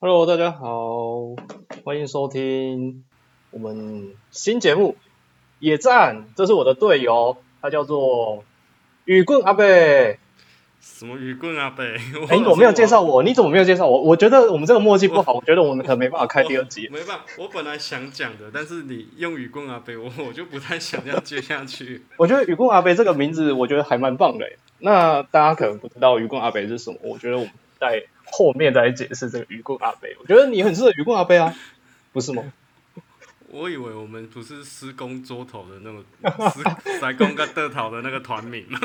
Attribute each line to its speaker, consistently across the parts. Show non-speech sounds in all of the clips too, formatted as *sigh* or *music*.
Speaker 1: Hello，大家好，欢迎收听我们新节目《野战》，这是我的队友，他叫做雨棍阿贝。
Speaker 2: 什么鱼棍啊， *laughs* 贝？
Speaker 1: 哎，我没有介绍我，你怎么没有介绍我？我觉得我们这个默契不好，我觉得我们可能没办法开第二集。
Speaker 2: 没办法，我本来想讲的，但是你用鱼棍啊，贝， *laughs* 我我就不太想这样接下去。 *laughs*
Speaker 1: 我觉得雨棍阿贝这个名字，我觉得还蛮棒的耶。那大家可能不知道雨棍阿贝是什么，我觉得我们在后面再解释这个雨棍阿贝。我觉得你很适合雨棍阿贝啊，不是吗？
Speaker 2: 我以为我们不是施工桌头的那种，施塞工跟得头的那个团名 *laughs* 吗？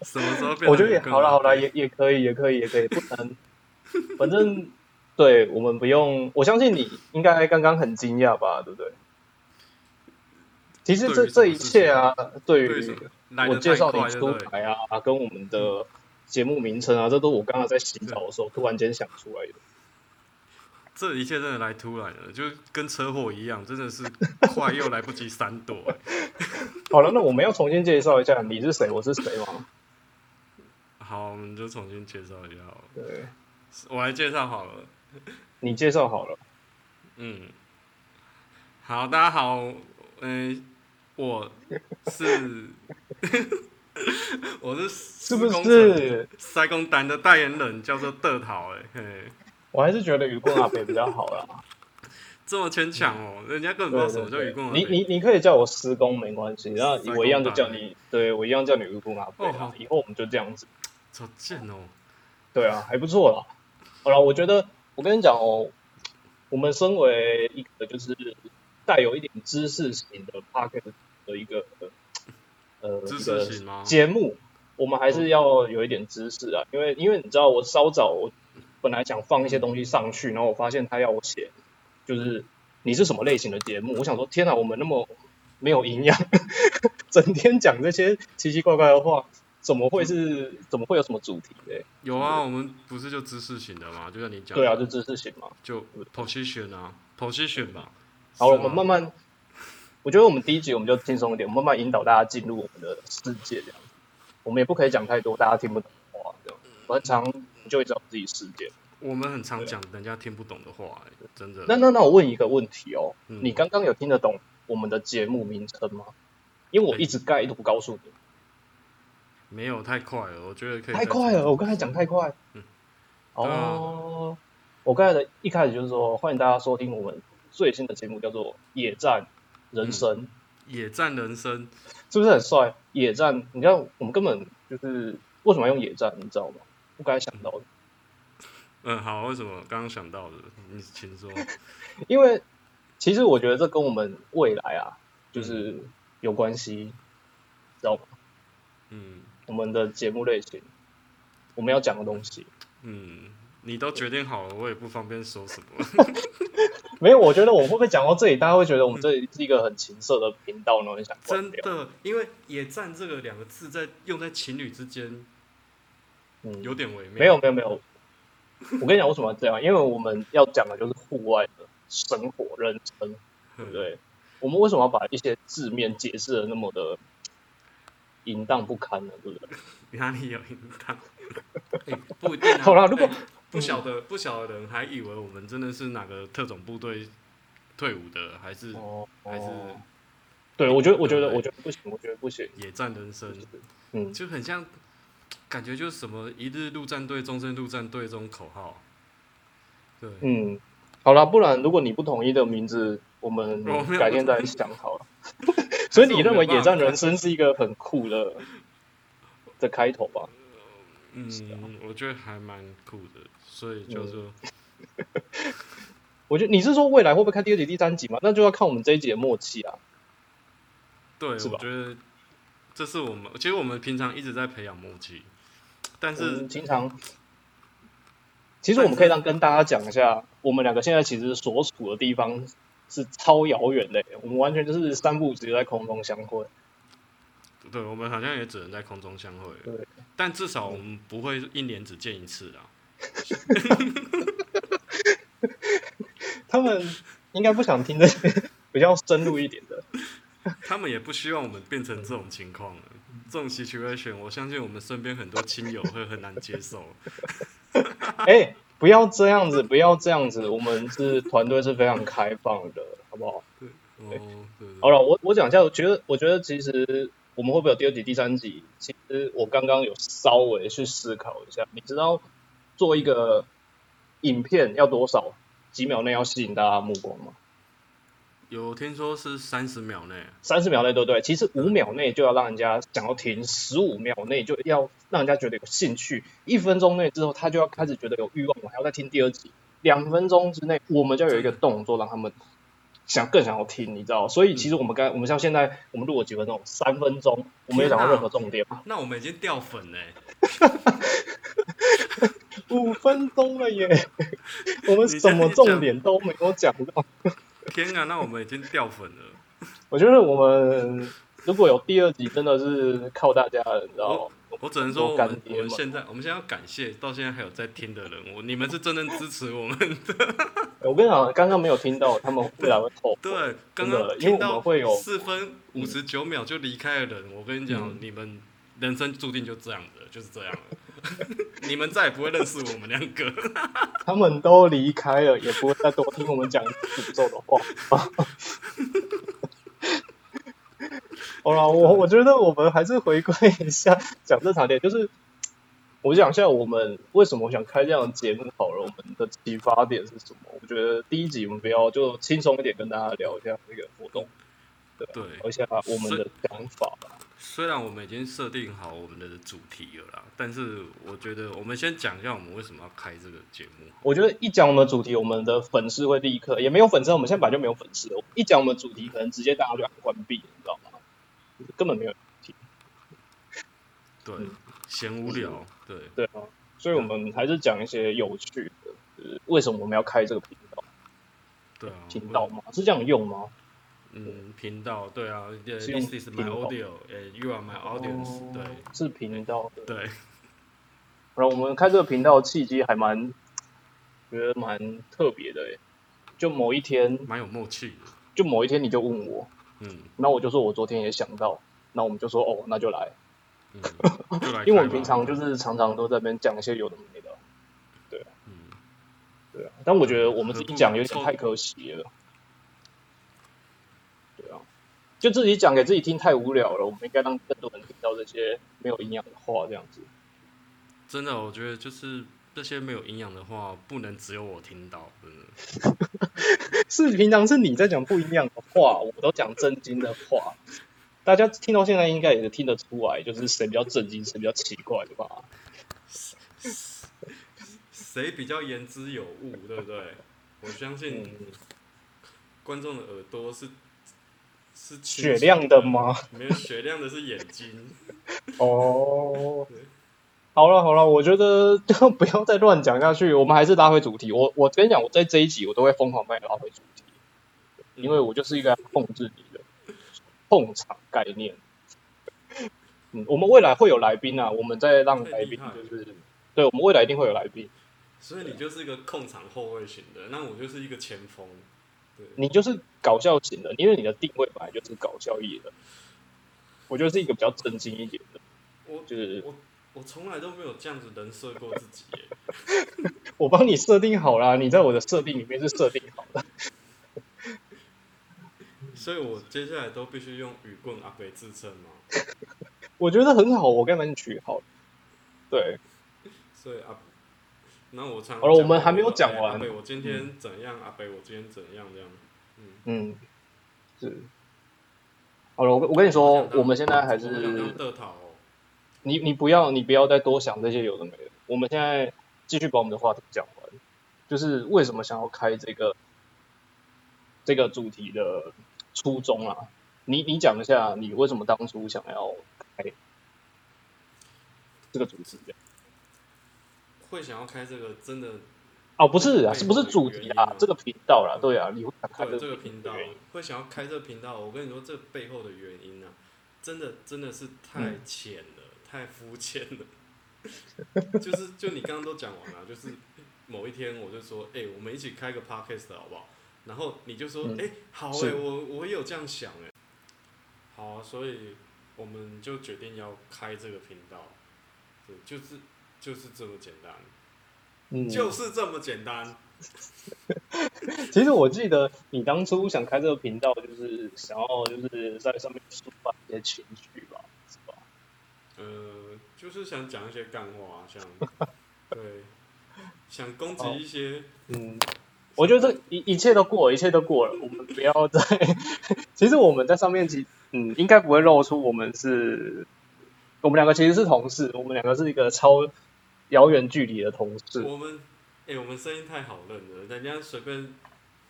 Speaker 2: 什么时候变？
Speaker 1: 我觉得也好了，好了，。也也可以，也可以，也可以，不能，反正对我们不用，我相信你应该刚刚很惊讶吧，对不对？其实这
Speaker 2: 对于什么
Speaker 1: 这一切啊，对
Speaker 2: 对
Speaker 1: 于
Speaker 2: 什么，来
Speaker 1: 我
Speaker 2: 的
Speaker 1: 介
Speaker 2: 太
Speaker 1: 绍你
Speaker 2: 快了，
Speaker 1: 出
Speaker 2: 对不对。
Speaker 1: 牌啊，跟我们的节目名称啊，这都是我刚刚在洗澡的时候突然间想出来的。
Speaker 2: 这一切真的来突然了，就跟车祸一样，真的是快又来不及闪躲、 *laughs* 哎
Speaker 1: 好了，那我们要重新介绍一下你是谁，我是谁吗？
Speaker 2: 好，我们就重新介绍一下好了。
Speaker 1: 对，
Speaker 2: 我来介绍好了。
Speaker 1: 你介绍好了。
Speaker 2: 嗯，好，大家好，嗯、我是 *laughs* 我
Speaker 1: 是
Speaker 2: 是施
Speaker 1: 不
Speaker 2: 工程
Speaker 1: 是
Speaker 2: 塞工单的代言人，叫做德桃，哎，嘿，
Speaker 1: 我还是觉得雨棍阿北比较好啦。
Speaker 2: 这么牵强
Speaker 1: 嗯
Speaker 2: 哦，人家根本不知道什么叫啊一共
Speaker 1: 你你你可以叫我施工没关系，然后我一样就叫你，对我一样叫你蜈蚣阿贝
Speaker 2: 哦
Speaker 1: 啊
Speaker 2: 好。
Speaker 1: 以后我们就这样子，
Speaker 2: 好贱哦，
Speaker 1: 对啊，还不错啦。好了，我觉得我跟你讲哦，我们身为一个就是带有一点知识型的 p o c k e t 的一个呃
Speaker 2: 知
Speaker 1: 一
Speaker 2: 识
Speaker 1: 个
Speaker 2: 型吗？
Speaker 1: 节目，我们还是要有一点知识啊，因为因为你知道，我稍早我本来想放一些东西上去，然后我发现他要我写，就是你是什么类型的节目，我想说，天哪，我们那么没有营养， *laughs* 整天讲这些奇奇怪怪的话，怎么会是怎么会有什么主题嘞？
Speaker 2: 有啊，我们不是就知识型的嘛，就像你讲的，
Speaker 1: 对啊，就知识型嘛。
Speaker 2: 就 position 啊，position 吧。
Speaker 1: 好，
Speaker 2: 是
Speaker 1: 我
Speaker 2: 吗
Speaker 1: 们慢慢，我觉得我们第一集我们就轻松一点，我们慢慢引导大家进入我们的世界，这样。我们也不可以讲太多大家听不懂的话，这样。我很常就一直有自己世界。
Speaker 2: 我们很常讲人家听不懂的话、哎真的。
Speaker 1: 那那那我问一个问题哦，
Speaker 2: 嗯
Speaker 1: 你刚刚有听得懂我们的节目名称吗？因为我一直盖都不告诉你，
Speaker 2: 没有太快了，我觉得可以
Speaker 1: 太
Speaker 2: 再
Speaker 1: 快
Speaker 2: 讲
Speaker 1: 了，我刚才讲太快。
Speaker 2: 嗯
Speaker 1: 哦，我刚才的一开始就是说，欢迎大家收听我们最新的节目，叫做《野战人生》，
Speaker 2: 野战人生，
Speaker 1: 是不是很帅？野战，你知道我们根本就是为什么要用野战，你知道吗？我刚才想到的，
Speaker 2: 嗯，好，为什么刚刚想到的？你请 *laughs* 说。
Speaker 1: 因为其实我觉得这跟我们未来啊，就是有关系，知道吗？
Speaker 2: 嗯
Speaker 1: 我们的节目类型，我们要讲的东西。
Speaker 2: 嗯，你都决定好了，我也不方便说什么。
Speaker 1: 没有，我觉得我会不会讲到这里，大家会觉得我们这里是一个很情色的频道，然后很想关
Speaker 2: *laughs* 真
Speaker 1: 掉。
Speaker 2: 的，因为“野战”这个两个字在用在情侣之间
Speaker 1: 嗯，
Speaker 2: 有点微妙。
Speaker 1: 没有没有没有，我跟你讲为什么要这样，因为我们要讲的就是户外的生活人生，对不
Speaker 2: 嗯，
Speaker 1: 对？我们为什么要把一些字面解释的那么的淫荡不堪呢？对不对？
Speaker 2: 哪里有淫 *laughs* 荡？哎不一定、
Speaker 1: *laughs*
Speaker 2: 啊。
Speaker 1: 好啦如果嗯
Speaker 2: 哎不晓得不晓得人还以为我们真的是哪个特种部队退伍的，还是
Speaker 1: 哦，
Speaker 2: 还是
Speaker 1: 对，我觉得我觉得
Speaker 2: 对
Speaker 1: 我觉得不行，我觉得不行。
Speaker 2: 野战人生，
Speaker 1: 嗯，
Speaker 2: 就很像，感觉就是什么一日陆战队、终身陆战队这种口号。对，
Speaker 1: 嗯，好啦，不然如果你不同意的名字，我们
Speaker 2: 我没有
Speaker 1: 改天再想好
Speaker 2: *laughs*
Speaker 1: 了。 *laughs* 所以你认为《野战人生》是一个很酷的的开头吧？
Speaker 2: 嗯，我觉得还蛮酷的，所以就
Speaker 1: 啊嗯
Speaker 2: 说，
Speaker 1: 我觉得你是说未来会不会看第二集、第三集嘛？那就要看我们这一集的默契啊。
Speaker 2: 对，
Speaker 1: 是吧
Speaker 2: 我觉得这是我们，其实我们平常一直在培养默契，但
Speaker 1: 我
Speaker 2: 是
Speaker 1: 们经常，其实我们可以让跟大家讲一下，我们两个现在其实所处的地方是超遥远的，我们完全就是三步直接在空中相会。
Speaker 2: 对我们好像也只能在空中相会，
Speaker 1: 对，
Speaker 2: 但至少我们不会一年只见一次啦。
Speaker 1: 他们应该不想听这些比较深入一点的。
Speaker 2: 他们也不希望我们变成这种情况了，
Speaker 1: 嗯
Speaker 2: 这种
Speaker 1: *laughs*
Speaker 2: 哦 situation，我相信我们身边很多亲友会很难接受。
Speaker 1: 哎、不要这样子，不要这样子，我们是团队是非常开放的，好不好？
Speaker 2: 哦，对对，
Speaker 1: 好了，我我讲一下，我觉得我觉得其实我们会不会有第二集、第三集？其实我刚刚有稍微去思考一下，你知道做一个影片要多少几秒内要吸引大家目光吗？
Speaker 2: 有听说是三十秒内，
Speaker 1: 三十秒内对不对？其实五秒内就要让人家想要停，十五秒内就要让人家觉得有兴趣，一分钟内之后他就要开始觉得有欲望，我还要再听第二集。两分钟之内，我们就要有一个动作让他们想更想要听，你知道？所以其实我们刚我们像现在我们录了几分钟，三分钟，我们也讲到任何重点嘛，
Speaker 2: 那我们已经掉粉嘞，
Speaker 1: 五分钟了耶， *laughs* 我们什么重点都没有讲到。
Speaker 2: 天啊，那我们已经掉粉了。
Speaker 1: 我觉得我们如果有第二集，真的是靠大家了，你知道吗？
Speaker 2: 我只能说，我
Speaker 1: 干
Speaker 2: 们我
Speaker 1: 爹
Speaker 2: 们
Speaker 1: 嘛
Speaker 2: 现在我们现在要感谢到现在还有在听的人，我你们是真正支持我们 *laughs* 的。
Speaker 1: 我跟你讲，刚刚没有听到，他们未来会后悔。
Speaker 2: 对，刚
Speaker 1: 真的因为
Speaker 2: 刚听
Speaker 1: 我们
Speaker 2: 到
Speaker 1: 会有
Speaker 2: 四分五十九秒就离开的人，我跟你讲
Speaker 1: 嗯，
Speaker 2: 你们人生注定就这样的，就是这样了。 *laughs* 你们再也不会认识我们两个。
Speaker 1: 他们都离开了，也不会再多听我们讲诅咒的话。 *laughs* 好了，我我觉得我们还是回归一下讲正常点，就是我讲一下我们为什么想开这样的节目好了，我们的启发点是什么？我觉得第一集我们不要就轻松一点跟大家聊一下这个活动，
Speaker 2: 对，
Speaker 1: 聊一下我们的想法吧。
Speaker 2: 虽然我们已经设定好我们的主题了啦，但是我觉得我们先讲一下我们为什么要开这个节目。
Speaker 1: 我觉得一讲我们的主题，我们的粉丝会立刻也没有粉丝，我们现在本来就没有粉丝了，一讲我们的主题，可能直接大家就按关闭，你知道吗？根本没有
Speaker 2: 对，
Speaker 1: 嗯
Speaker 2: 闲无聊。对，
Speaker 1: 对啊，所以我们还是讲一些有趣的，就是为什么我们要开这个频道？
Speaker 2: 对啊。
Speaker 1: 频道吗？是这样用吗？
Speaker 2: 嗯，频道对啊，yeah,
Speaker 1: 是用
Speaker 2: ，This is
Speaker 1: 频
Speaker 2: my
Speaker 1: 道
Speaker 2: audio，呃，You are my audience，、
Speaker 1: 哦
Speaker 2: 对，
Speaker 1: 是频道。
Speaker 2: 对，
Speaker 1: 然后我们开这个频道的契机还蛮，觉得蛮特别的耶。欸就某一天，
Speaker 2: 蛮有默契的，
Speaker 1: 就某一天你就问我，
Speaker 2: 嗯
Speaker 1: 那我就说我昨天也想到，那我们就说哦，那就来，
Speaker 2: 嗯，就来
Speaker 1: *laughs* 因为我们
Speaker 2: 开吧
Speaker 1: 平常就，是常常都在那边讲一些有的没的，
Speaker 2: 嗯，
Speaker 1: 对啊。但我觉得我们自己讲有点太可惜了，对啊，就自己讲给自己听太无聊了，我们应该让更多人听到这些没有营养的话，这样子。
Speaker 2: 真的，我觉得就是这些没有营养的话，不能只有我听到，真的，
Speaker 1: 是平常是你在讲不一样的话，我都讲正经的话。大家听到现在应该也听得出来，就是谁比较正经，谁比较奇怪，对吧？
Speaker 2: 谁比较言之有物，对不对？我相信
Speaker 1: 嗯，
Speaker 2: 观众的耳朵是是清
Speaker 1: 雪
Speaker 2: 晰
Speaker 1: 亮的吗？
Speaker 2: 没有雪亮的是眼睛，
Speaker 1: 哦，好了好了，我觉得 *laughs* 就不要再乱讲下去，我们还是拉回主题。我我跟你讲，我在这一集我都会疯狂把你拉回主题，因为我就是一个控制你的控场概念。嗯，我们未来会有来宾啊，我们再让来宾就是，对我们未来一定会有来宾。
Speaker 2: 所以你就是一个控场后卫型的，那我就是一个前锋，对，
Speaker 1: 你就是搞笑型的，因为你的定位本来就是搞笑艺人。我觉得是一个比较正经一点的，
Speaker 2: 我
Speaker 1: 就是
Speaker 2: 我我从来都没有这样子人设过自己耶。
Speaker 1: 我帮你设定好啦，你在我的设定里面是设定好的。
Speaker 2: 所以我接下来都必须用雨棍阿北自称嘛，
Speaker 1: 我觉得很好，我该把你取好了。对，
Speaker 2: 所以阿，那我常哎
Speaker 1: 好了我们还没有讲完
Speaker 2: 阿北，我今天怎样？阿北，我今天怎样？这样，嗯，
Speaker 1: 嗯，是。好了，我跟我跟你说，我们现在还
Speaker 2: 我想当
Speaker 1: 是
Speaker 2: 得讨哦，
Speaker 1: 你你不要你不要再多想这些有的没的，我们现在继续把我们的话题讲完，就是为什么想要开这个这个主题的初衷啊？你你讲一下，你为什么当初想要开这个主题的？
Speaker 2: 会想要开这个，真的
Speaker 1: 哦，不是啊，是不是主题啊？这个频道啦，对啊，你会想开
Speaker 2: 对
Speaker 1: 这
Speaker 2: 这
Speaker 1: 个
Speaker 2: 个频道会想要开这个频道，我跟你说这背后的原因啊，真的真的是太
Speaker 1: 嗯
Speaker 2: 浅了，太肤浅了。 *laughs* 就是就你刚刚都讲完了，啊就是某一天我就说，哎、我们一起开个 podcast 好不好？然后你就说，哎、
Speaker 1: 嗯
Speaker 2: 好哎、
Speaker 1: 是
Speaker 2: 我我也有这样想哎、好啊、所以我们就决定要开这个频道，对，就是就是这么简单。
Speaker 1: 嗯，
Speaker 2: 就是这么简单。
Speaker 1: 其实我记得你当初想开这个频道，就是想要就是在上面抒发一些情绪吧，是吧？
Speaker 2: 呃，就是想讲一些干话啊，
Speaker 1: *laughs*
Speaker 2: 想对，想攻击一些
Speaker 1: 嗯，我觉得这一一切都过了，一切都过了，我们不要再。其实我们在上面，其嗯，应该不会露出我们是，我们两个其实是同事，我们两个是一个超遥远距离的同事。
Speaker 2: 我们，哎、我们声音太好认了，人家随便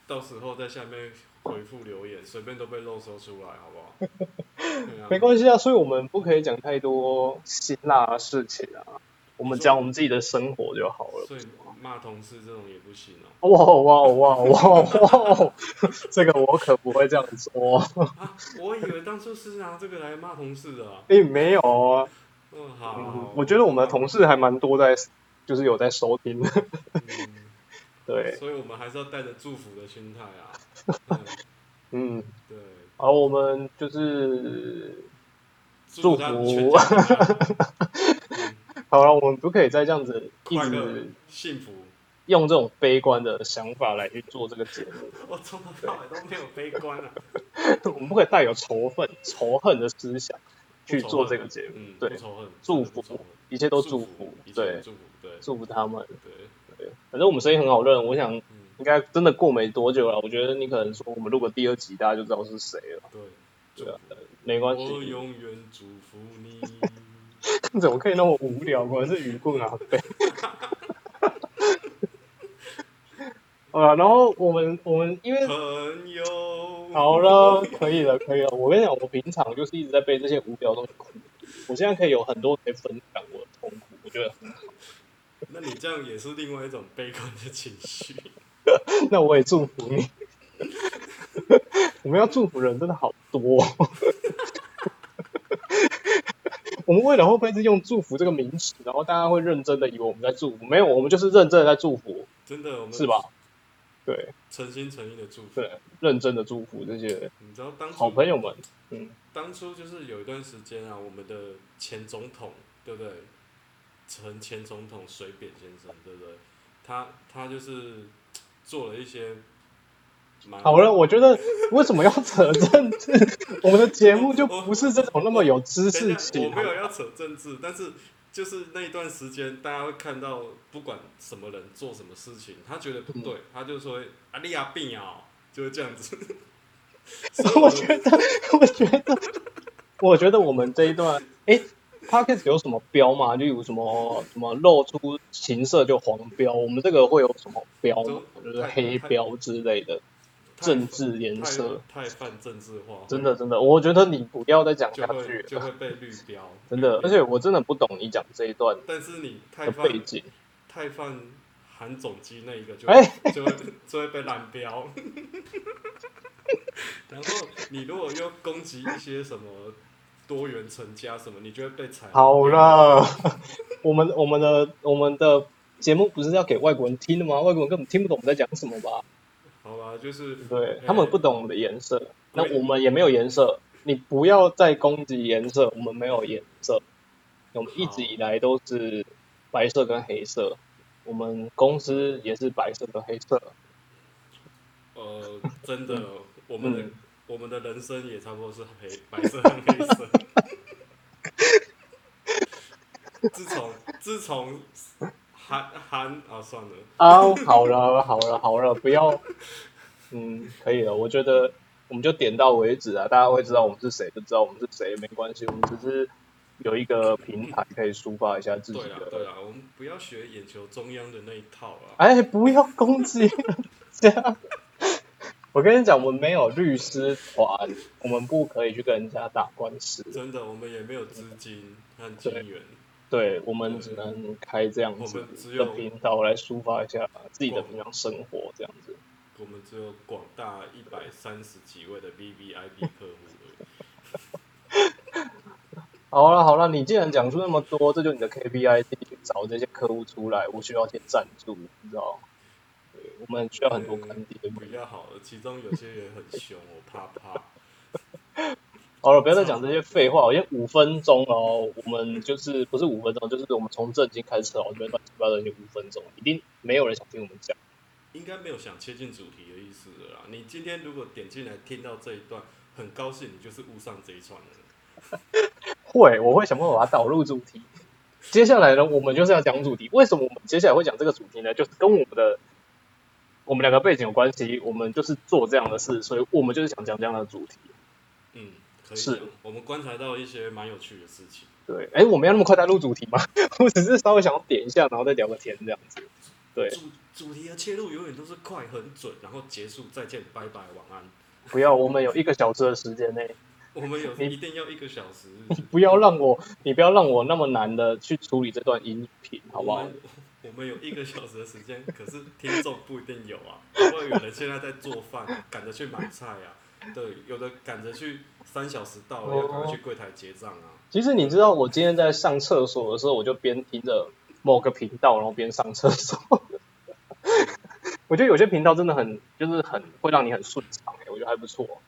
Speaker 2: 到时候在下面回复留言，随便都被漏搜出来，好不好？
Speaker 1: *laughs*
Speaker 2: 对啊
Speaker 1: 没关系啊，所以我们不可以讲太多辛辣的事情啊，我们讲我们自己的生活就好了。
Speaker 2: 所以骂同事这种也不行哦、
Speaker 1: 哇哇哇哇哇！这个我可不会这样说。
Speaker 2: 啊，我以为当初是拿这个来骂同事的、啊。
Speaker 1: 哎、没有啊，
Speaker 2: 嗯，好
Speaker 1: 嗯我觉得我们的同事还蛮多在，就是有在收听。
Speaker 2: 嗯
Speaker 1: *laughs* 对，
Speaker 2: 所以我们还是要带着祝福的心态啊。嗯
Speaker 1: 嗯，
Speaker 2: 对，
Speaker 1: 好，我们就是
Speaker 2: 祝他们全家啊平安
Speaker 1: 好了，我们不可以再这样子一
Speaker 2: 快
Speaker 1: *laughs*
Speaker 2: 乐
Speaker 1: 直、
Speaker 2: 幸福。
Speaker 1: 用这种悲观的想法来去做这个节目， *laughs*
Speaker 2: 我哦从头到尾都没有悲观啊，
Speaker 1: 我们不可以带有仇恨、仇恨的思想去
Speaker 2: 不
Speaker 1: 做
Speaker 2: 仇恨
Speaker 1: 这个节目，
Speaker 2: 嗯，
Speaker 1: 对
Speaker 2: 不仇恨，
Speaker 1: 祝
Speaker 2: 真的不
Speaker 1: 福
Speaker 2: 仇恨
Speaker 1: 一切都
Speaker 2: 祝
Speaker 1: 祝
Speaker 2: 福
Speaker 1: 福，，
Speaker 2: 一切都
Speaker 1: 对，
Speaker 2: 祝福，对
Speaker 1: 祝福他们。
Speaker 2: 对，
Speaker 1: 对，反正我们声音很好认，我想
Speaker 2: 嗯
Speaker 1: 应该真的过没多久了。我觉得你可能说我们录个第二集，大家就知道是谁了。
Speaker 2: 对，祝
Speaker 1: 对
Speaker 2: 福
Speaker 1: 啊，没关
Speaker 2: 我
Speaker 1: 系，
Speaker 2: 永远祝福你。
Speaker 1: *laughs* 怎么可以那么无聊？果然是雨棍啊！对。 *laughs* 啊，然后我们我们因为
Speaker 2: 朋友，
Speaker 1: 好了，可以了，可以了。我跟你讲，我平常就是一直在被这些无聊的东西苦，我现在可以有很多可以分享我的痛苦，我觉得
Speaker 2: 那你这样也是另外一种悲观的情绪。
Speaker 1: *laughs* 那我也祝福你。我们要祝福人真的好多、 *laughs* 哦。我们未来会不会是用祝福这个名词，然后大家会认真的以为我们在祝福？没有，我们就是认真的在祝福，
Speaker 2: 真的，我们
Speaker 1: 是吧？？对
Speaker 2: 诚心诚意的祝福。
Speaker 1: 对，认真的祝福这些
Speaker 2: 你知道当
Speaker 1: 好
Speaker 2: 初
Speaker 1: 朋友们。嗯，
Speaker 2: 当初就是有一段时间啊，我们的前总统，对不对？陈前总统水扁先生，对不对？他他就是做了一些蛮
Speaker 1: 好了，我觉得为什么要 *laughs* 扯政治？我们的节目就不是这种那么有 *laughs* 知
Speaker 2: 等一
Speaker 1: 识
Speaker 2: 下，我
Speaker 1: 性
Speaker 2: 没有要扯政治，但是就是那一段时间，大家会看到不管什么人做什么事情，他觉得不对，
Speaker 1: 嗯
Speaker 2: 他就说啊，你亚病啊，就是这
Speaker 1: *laughs*
Speaker 2: 样子。所以
Speaker 1: 我
Speaker 2: 们
Speaker 1: 觉得， *laughs* 我觉得，我觉得我们这一段，哎、p o d c a s t 有什么标吗？例如什么什么露出情色就黄标，我们这个会有什么标吗？就是黑标之类的
Speaker 2: 太
Speaker 1: 政治颜
Speaker 2: 太
Speaker 1: 色。
Speaker 2: 太泛政治化，
Speaker 1: 真的真的，我觉得你不要再讲
Speaker 2: 就
Speaker 1: 下
Speaker 2: 会
Speaker 1: 去
Speaker 2: 就
Speaker 1: 了，
Speaker 2: 会被绿标。
Speaker 1: 真的
Speaker 2: 绿。标
Speaker 1: 而且我真的不懂你讲这一段
Speaker 2: 但是你太
Speaker 1: 的
Speaker 2: 泛
Speaker 1: 背景。
Speaker 2: 太泛韩总机那一个就
Speaker 1: 哎
Speaker 2: 就会就会被蓝标。 *laughs* 然后你如果又攻击一些什么多元成家什么，你就会被踩。
Speaker 1: 好，了， *laughs* 我们我们的我们的节目不是要给外国人听的吗？外国人根本听不懂我们在讲什么吧？
Speaker 2: 好吧，就是
Speaker 1: 对他们
Speaker 2: 嗯
Speaker 1: 不懂我们的颜色，那
Speaker 2: 对
Speaker 1: 我们也没有颜色。你不要再攻击颜色，我们没有颜色，我们一直以来都是白色跟黑色，我们公司也是白色跟黑色。
Speaker 2: 呃，真
Speaker 1: *laughs*
Speaker 2: 的，我们的
Speaker 1: 嗯
Speaker 2: 我们的人生也差不多是黑 *laughs* 白色和黑色。 *laughs* 自从自从韩韩啊，算了，
Speaker 1: 啊，好了好了好了，不要，嗯，可以了，我觉得我们就点到为止啊，大家会知道我们是谁，就知道我们是谁，没关系，我们只是有一个平台可以抒发一下自己
Speaker 2: 对啊啦
Speaker 1: 的
Speaker 2: 对啦，我们不要学眼球中央的那一套啊。
Speaker 1: 哎，不要攻击 *laughs* 人家！我跟你讲，我们没有律师团，我们不可以去跟人家打官司。
Speaker 2: 真的，我们也没有资金和金源，
Speaker 1: 对，我们只能开这样
Speaker 2: 我
Speaker 1: 子
Speaker 2: 们只有
Speaker 1: 的频道来抒发一下自己的平常生活，这样子。
Speaker 2: 我们只有广大一百三十几位的 VVIP 客户而已。
Speaker 1: 好了好了，你既然讲出那么多，这就是你的 KPI，自己去找这些客户出来，我需要一些赞助，你知道吗？对，我们需要很多干爹。
Speaker 2: 比较好的，其中有些也很凶，我怕怕。
Speaker 1: 好了，不要再讲这些废话，我已经五分钟了哦。我们就是不是五分钟，就是我们从正经开始扯，我觉得乱七八糟已经五分钟，一定没有人想听我们讲。
Speaker 2: 应该没有想切进主题的意思了啦。你今天如果点进来听到这一段，很高兴你就是误上贼船了。
Speaker 1: 会，我会想办法把它导入主题。接下来呢，我们就是要讲主题。为什么我们接下来会讲这个主题呢？就是跟我们的我们两个背景有关系。我们就是做这样的事，所以我们就是想讲这样的主题。
Speaker 2: 嗯，可以
Speaker 1: 是
Speaker 2: 讲。我们观察到一些蛮有趣的事情。
Speaker 1: 对，哎，我们要那么快带入主题吗？ *laughs* 我只是稍微想要点一下，然后再聊个天这样子。对
Speaker 2: 主主题的切入永远都是快、很准，然后结束，再见，拜拜，晚安。
Speaker 1: 不要，我们有一个小时的时间内，
Speaker 2: 我们有
Speaker 1: 你
Speaker 2: 一定要一个小时，是是
Speaker 1: 不要让我，你不要让我那么难的去处理这段音频， *laughs* 好不
Speaker 2: 我
Speaker 1: 好？
Speaker 2: 们我们有一个小时的时间，可是听众不一定有啊。因为有人现在在做饭，赶着去买菜啊，对，有的赶着去三小时到了，要赶快去柜台结账啊。
Speaker 1: 其实你知道，我今天在上厕所的时候，我就边听着某个频道，然后边上厕所。 *laughs* 我觉得有些频道真的很，就是很会让你很顺畅、欸，我觉得还不错。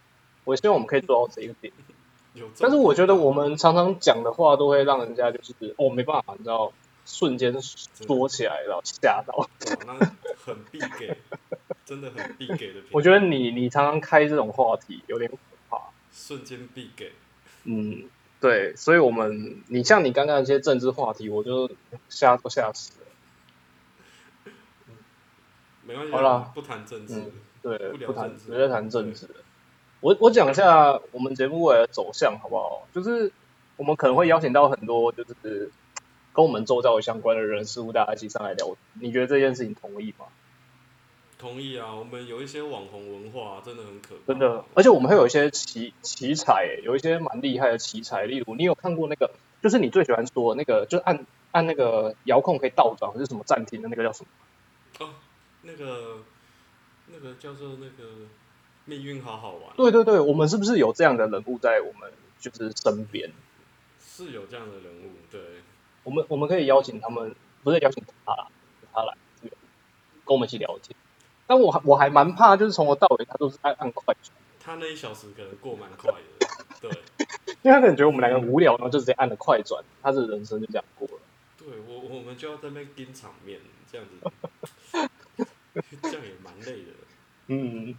Speaker 1: 我希望我们可以做到这一个点，
Speaker 2: 有这种，
Speaker 1: 但是我觉得我们常常讲的话，都会让人家就是哦没办法，你知道，瞬间缩起来，然后吓到。
Speaker 2: 哇哦那很必给，真的很必给的频道。
Speaker 1: 我觉得你你常常开这种话题，有点
Speaker 2: 瞬间必给，
Speaker 1: 嗯，对，所以我们你像你刚刚那些政治话题，我就吓都吓死了。
Speaker 2: 没关系，啊
Speaker 1: 好啦
Speaker 2: 不谈政治。
Speaker 1: 嗯对，
Speaker 2: 不聊
Speaker 1: 不谈
Speaker 2: 政，治
Speaker 1: 不在谈政治。我我讲一下我们节目未来的走向好不好？就是我们可能会邀请到很多就是跟我们周遭有相关的人事物，大家一起上来聊。你觉得这件事情同意吗？
Speaker 2: 同意啊，我们有一些网红文化、啊真的很可怕。
Speaker 1: 真的，而且我们会有一些奇奇才、有一些蛮厉害的奇才，例如你有看过那个，就是你最喜欢说的那个，就是按按那个遥控可以倒转，就是什么暂停的那个叫什么？
Speaker 2: 哦，那个那个叫做那个命运好好玩，
Speaker 1: 对对对，我们是不是有这样的人物在我们就是身边？
Speaker 2: 是有这样的人物，对，
Speaker 1: 我们我们可以邀请他们，不是邀请他啦，他来这边跟我们一起聊天。但我还我还蛮怕，就是从头到尾他都是按按快转，
Speaker 2: 他那一小时可能过蛮快的，对，
Speaker 1: 因为他可能觉得我们两个无聊，然后就直接按了快转，他的人生就这样过了。
Speaker 2: 对我我们就要在那边盯场面，这样子，
Speaker 1: *laughs*
Speaker 2: 这样也蛮累的，
Speaker 1: 嗯，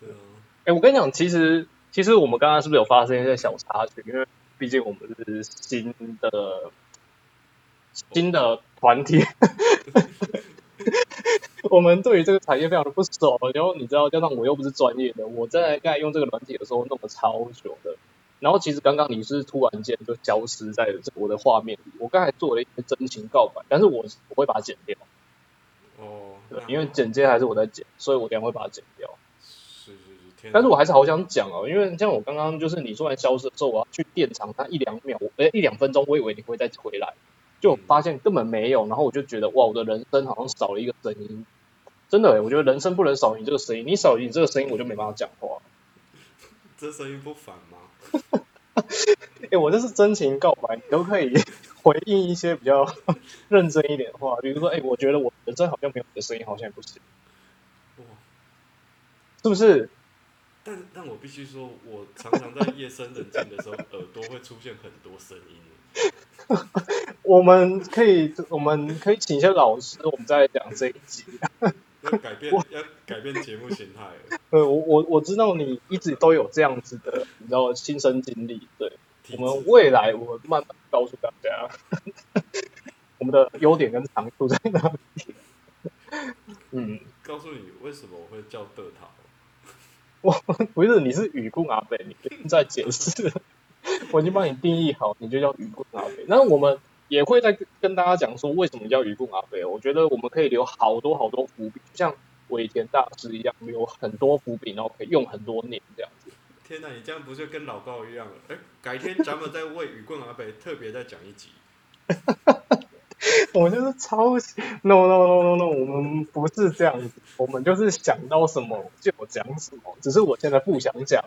Speaker 2: 对啊，
Speaker 1: 哎，我跟你讲，其实其实我们刚刚是不是有发生一些小插曲？因为毕竟我们是新的新的团体，我们对于这个产业非常的不熟。然后你知道，加上我又不是专业的，我在刚才用这个软体的时候弄了超久的。然后其实刚刚你是突然间就消失在这我的画面里，我刚才做了一些真情告白，但是我我会把它剪掉，
Speaker 2: 哦，
Speaker 1: 对
Speaker 2: 那，
Speaker 1: 因为剪接还是我在剪，所以我等一下会把它剪掉。
Speaker 2: 是是是，天哪，
Speaker 1: 但是我还是好想讲哦，因为像我刚刚就是你说完消失的时候，我要去电厂那一两秒，哎、一两分钟，我以为你会再回来，就我发现根本没有，然后我就觉得哇，我的人生好像少了一个声音，真的哎，我觉得人生不能少你这个声音，你少你这个声音，我就没办法讲话。
Speaker 2: 这声音不烦吗？
Speaker 1: 哎、我这是真情告白，你都可以 *laughs* 回应一些比较 *laughs* 认真一点的话，比如说，哎、我觉得我人生好像没有你的声音，好像也不行，
Speaker 2: 哇，
Speaker 1: 是不是？
Speaker 2: 但但我必须说，我常常在夜深人静的时候，耳朵会出现很多声音。
Speaker 1: 我们可以，我们可以请一些老师，我们再来讲这一集。
Speaker 2: 要改变，要改变节目形态了，
Speaker 1: 对，我我我知道你一直都有这样子的，你知道亲身经历。对，
Speaker 2: 体
Speaker 1: 我
Speaker 2: 制
Speaker 1: 们未来我们慢慢告诉大家， *laughs* 我们的优点跟长处在哪里。嗯，
Speaker 2: 告诉你为什么我会叫德桃，
Speaker 1: 不是，你是雨棍阿北，你不用再解释了，我已经帮你定义好，你就叫雨棍阿北。那我们也会再跟大家讲说为什么叫雨棍阿北。我觉得我们可以留好多好多伏笔，就像尾田大师一样，留很多伏笔，然后可以用很多年这样子。
Speaker 2: 天哪，你这样不就跟老高一样了？哎，改天咱们再为雨棍阿北特别再讲一集。
Speaker 1: 我就是超级 no no no no no，我们不是这样子，我们就是想到什么就讲什么，只是我现在不想讲。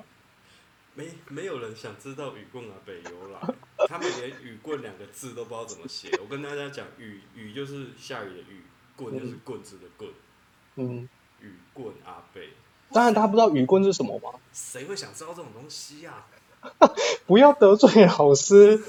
Speaker 2: 没没有人想知道雨棍阿北由来，他们连雨棍两个字都不知道怎么写。我跟大家讲，雨雨就是下雨的雨，棍就是棍子的棍，
Speaker 1: 嗯，
Speaker 2: 雨棍阿北，
Speaker 1: 当然他不知道雨棍是什么嘛，
Speaker 2: 谁会想知道这种东西呀、
Speaker 1: 不要得罪老师。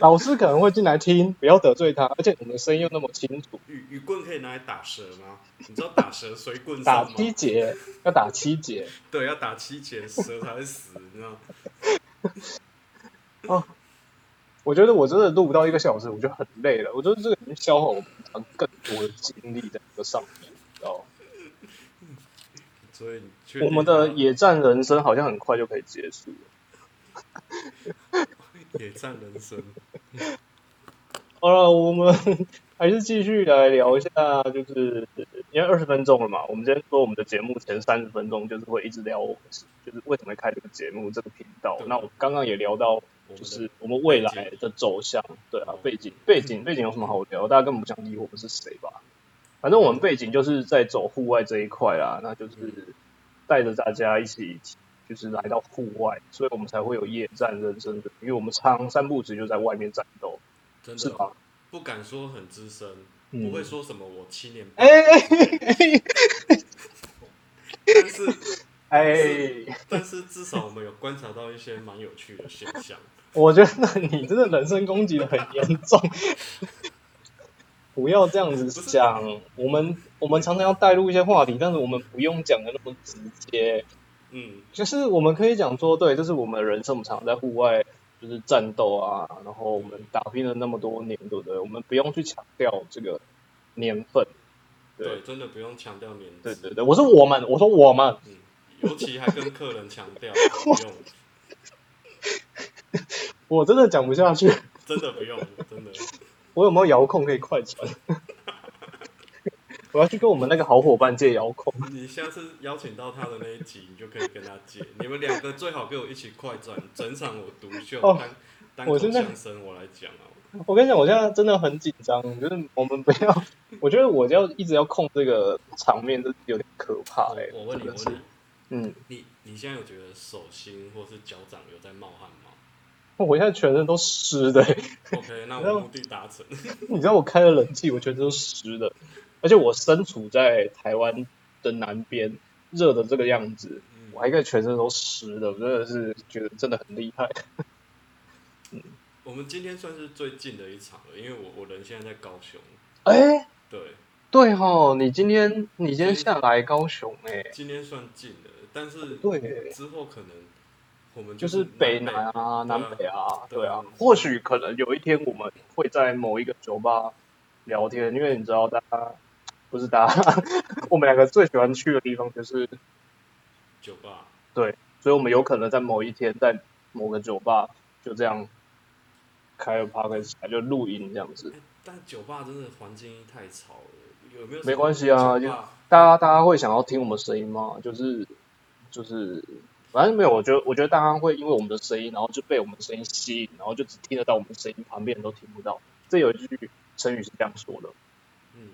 Speaker 1: 老师可能会进来听，不要得罪他，而且你的声音又那么清楚，
Speaker 2: 雨雨棍可以拿来打蛇吗？你知道打蛇随棍
Speaker 1: 打
Speaker 2: 上
Speaker 1: 七
Speaker 2: 吗？
Speaker 1: 节要打七节
Speaker 2: 对，要打七节蛇才会死，你知道？
Speaker 1: 我觉得我真的录不到一个小时，我就很累了。我觉得这个已经消耗我们平常更多的精力在这个上面，你知道吗
Speaker 2: 所以你确定
Speaker 1: 我们的
Speaker 2: 吗
Speaker 1: 野战人生好像很快就可以结束了。
Speaker 2: 野战人生，
Speaker 1: 好了，我们 *laughs* 还是继续来聊一下，就是因为二十分钟了嘛，我们今天说我们的节目前三十分钟就是会一直聊，就是为什么会开这个节目这个频道。
Speaker 2: 对
Speaker 1: 那我刚刚也聊到，
Speaker 2: 我们
Speaker 1: 就
Speaker 2: 的
Speaker 1: 是我们未来的走向，对啊，背景背景背景有什么好聊？大家根本不想理我们是谁吧？反正我们背景就是在走户外这一块啦，那就是带着大家一起就是来到户外，所以我们才会有夜战人生的，因为我们常三步子就在外面战斗，
Speaker 2: 真
Speaker 1: 是
Speaker 2: 的
Speaker 1: 吧？
Speaker 2: 不敢说很资深，
Speaker 1: 嗯
Speaker 2: 不会说什么我七年，
Speaker 1: 哎
Speaker 2: 但是
Speaker 1: 哎，
Speaker 2: 但是至少我们有观察到一些蛮有趣的现象。
Speaker 1: 我觉得你真的人身攻击的很严重， *laughs* 不要这样子讲。我们我们常常要带入一些话题，但是我们不用讲的那么直接。
Speaker 2: 嗯，
Speaker 1: 就是我们可以讲说，对，这是我们人生，我们常常在户外就是战斗啊，然后我们打拼了那么多年，对不对？我们不用去强调这个年份。
Speaker 2: 对，真的不用强调年
Speaker 1: 对
Speaker 2: 资
Speaker 1: 对，对，我说我们，我说我们，
Speaker 2: 嗯，尤其还跟客人强调不用，
Speaker 1: 我真的讲不下去。
Speaker 2: 真的不用，真的。
Speaker 1: 我有没有遥控可以快传？ *laughs* 我要去跟我们那个好伙伴借遥控。
Speaker 2: 你下次邀请到他的那一集，你就可以跟他借。你们两个最好给我一起快转，整场我独秀，
Speaker 1: 哦
Speaker 2: 单单
Speaker 1: 我
Speaker 2: 口
Speaker 1: 真的
Speaker 2: 相声我来讲啊。
Speaker 1: 我跟你讲，我现在真的很紧张，就是我们不要，我觉得我要一直要控这个场面，这有点可怕哎、欸。
Speaker 2: 我我问你，
Speaker 1: 真
Speaker 2: 我
Speaker 1: 的是
Speaker 2: 问你，
Speaker 1: 嗯，
Speaker 2: 你你现在有觉得手心或是脚掌有在冒汗吗
Speaker 1: 我现在全身都湿的、欸， *laughs*
Speaker 2: ？OK，那我目的达成。
Speaker 1: 你知道我开了冷气，我全身都湿的，而且我身处在台湾的南边，热的这个样子，
Speaker 2: 嗯
Speaker 1: 我还可以全身都湿的，我真的是觉得真的很厉害。
Speaker 2: 我们今天算是最近的一场了，因为我我人现在在高雄，
Speaker 1: 哎、
Speaker 2: 对，
Speaker 1: 对哈，你今天你今天下来高雄哎、欸，
Speaker 2: 今天算近的，但是
Speaker 1: 对
Speaker 2: 之后可能我们
Speaker 1: 就是是北南
Speaker 2: 南
Speaker 1: 啊、
Speaker 2: 对啊
Speaker 1: 南北啊，对啊
Speaker 2: 对啊，
Speaker 1: 或许可能有一天我们会在某一个酒吧聊天，因为你知道，大家不是大家， *laughs* 我们两个最喜欢去的地方就是，
Speaker 2: 酒吧，
Speaker 1: 所以我们有可能在某一天在某个酒吧就这样开了 p o d c a 就录音这样子，
Speaker 2: 哎但酒吧真的环境太吵了，有没有什么
Speaker 1: 没关系啊
Speaker 2: 酒吧
Speaker 1: 大家大家会想要听我们声音吗？就是就是。反正没有，我觉得我觉得大家会因为我们的声音，然后就被我们的声音吸引，然后就只听得到我们的声音，旁边人都听不到。这有一句成语是这样说的，
Speaker 2: 嗯，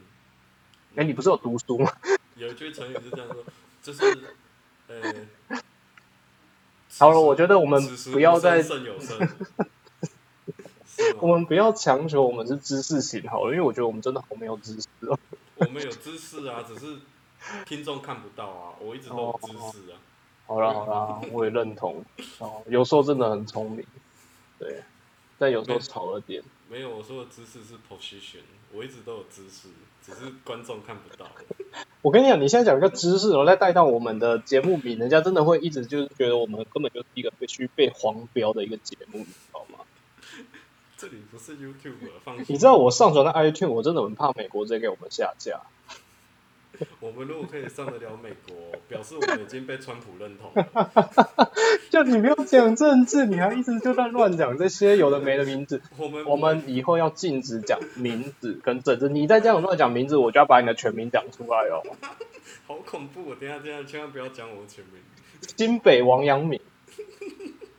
Speaker 1: 哎、你不是有读书吗？
Speaker 2: 有一句成语是这样说， *laughs* 就是呃，
Speaker 1: 好了，我觉得我们
Speaker 2: 此时
Speaker 1: 不要再
Speaker 2: 无声胜有声，是
Speaker 1: *laughs*
Speaker 2: 吗
Speaker 1: 我们不要强求我们是知识型好了，因为我觉得我们真的好没有知识哦。
Speaker 2: 我们有知识啊，只是听众看不到啊，我一直都有知识
Speaker 1: 哦
Speaker 2: 啊。
Speaker 1: 好啦好啦，我也认同。哦，有时候真的很聪明，对，但有时候吵了点。
Speaker 2: 没有，我说的知识是 position，我一直都有知识，只是观众看不到。
Speaker 1: 我跟你讲，你现在讲一个知识，然后再带到我们的节目名，人家真的会一直就是觉得我们根本就是一个必须被黄标的一个节目，你知道吗？
Speaker 2: 这里不是 YouTube，放心。
Speaker 1: 你知道我上传到 iTune，我真的很怕美国直接给我们下架。
Speaker 2: 我们如果可以上得了美国，表示我们已经被川普认同了。
Speaker 1: 就你不要讲政治，你还一直就在乱讲这些有的没的名字。
Speaker 2: 我们
Speaker 1: *laughs* 我们以后要禁止讲名字跟政治。你再这样乱讲名字，我就要把你的全名讲出来哦。
Speaker 2: 好恐怖！我等一下等一下千万不要讲我的全名。
Speaker 1: 新北王阳明，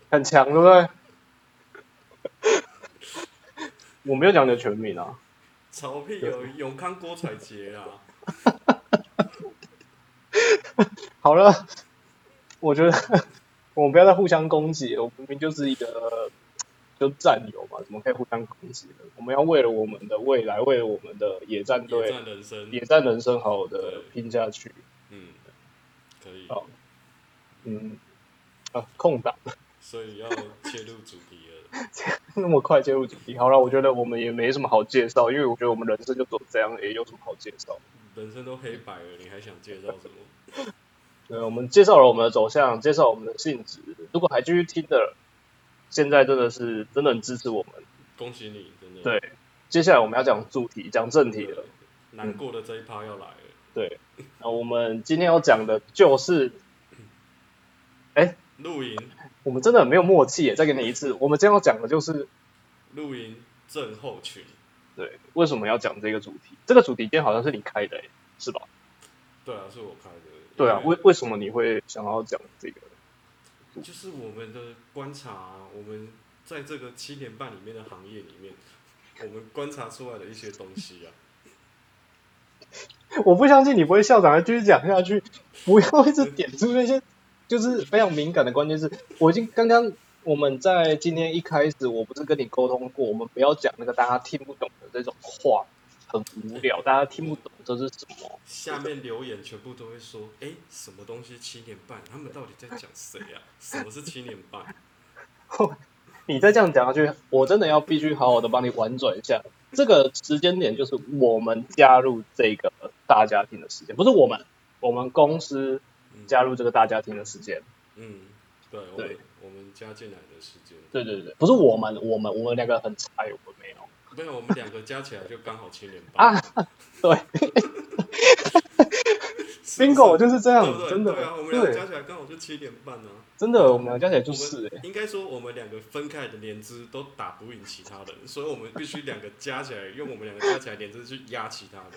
Speaker 1: 很强，对不对？我没有讲你的全名啊，
Speaker 2: 曹屁有永康郭采洁啊，
Speaker 1: 好了， *laughs* 我觉得 *laughs* 我们不要再互相攻击了，我们明明就是一个就战友嘛，怎么可以互相攻击呢？我们要为了我们的未来，为了我们的野战
Speaker 2: 野
Speaker 1: 队、
Speaker 2: 战人生，
Speaker 1: 野战人生，好好的拼下去。
Speaker 2: 嗯，可以，
Speaker 1: 好嗯，啊，空档。 *laughs*
Speaker 2: 所以要切入主题了。
Speaker 1: 那么快切入主题，好了，我觉得我们也没什么好介绍，因为我觉得我们人生就走这样，也有什么好介绍？
Speaker 2: 人生都黑白了，你还想介绍什么？
Speaker 1: 对，我们介绍了我们的走向，介绍我们的性质。如果还继续听的，现在真的是真的很支持我们。
Speaker 2: 恭喜你，真的。
Speaker 1: 对嗯接下来我们要讲主题，讲正题了。
Speaker 2: 难过的这一趴要来了。
Speaker 1: 对，那我们今天要讲的就是，
Speaker 2: 露营，
Speaker 1: 我们真的很没有默契耶。再给你一次，我们今天要讲的就是，
Speaker 2: 露营症候群。
Speaker 1: 对，为什么要讲这个主题？这个主题今天好像是你开的耶，是吧？
Speaker 2: 对啊，是我开的。
Speaker 1: 对啊，
Speaker 2: 因
Speaker 1: 为为什么你会想要讲这个？
Speaker 2: 就是我们的观察啊、我们在这个七点半里面的行业里面，我们观察出来的一些东西啊。
Speaker 1: *laughs* 我不相信你不会笑场，还继续讲下去，不要一直点出那些就是非常敏感的关键字。我已经刚刚我们在今天一开始，我不是跟你沟通过，我们不要讲那个大家听不懂的这种话，很无聊，大家听不懂这是什么。
Speaker 2: 下面留言全部都会说， *laughs* 哎、什么东西七点半？他们到底在讲谁啊？什么是七点半？
Speaker 1: 你再这样讲下去，我真的要必须好好的帮你婉转一下。这个时间点就是我们加入这个大家庭的时间，不是我们，我们公司
Speaker 2: 嗯
Speaker 1: 加入这个大家庭的时间。
Speaker 2: 嗯，对，我们
Speaker 1: 对
Speaker 2: 我们加进来的时间，
Speaker 1: 对对对，不是我们，我们我们两个很菜，我们没有。
Speaker 2: 没有，我们两个加起来就刚好七点半。
Speaker 1: 啊，对
Speaker 2: 是不是
Speaker 1: ，bingo 就是这
Speaker 2: 对
Speaker 1: 样，
Speaker 2: 不对
Speaker 1: 真的，
Speaker 2: 对啊，我们两个
Speaker 1: 对
Speaker 2: 加，起来刚好就七点半呢、啊。
Speaker 1: 真的，我们俩加起来就
Speaker 2: 我们
Speaker 1: 是，哎
Speaker 2: 应该说我们两个分开的连枝都打不赢其他人，所以我们必须两个加起来，用我们两个加起来连枝去压其他人。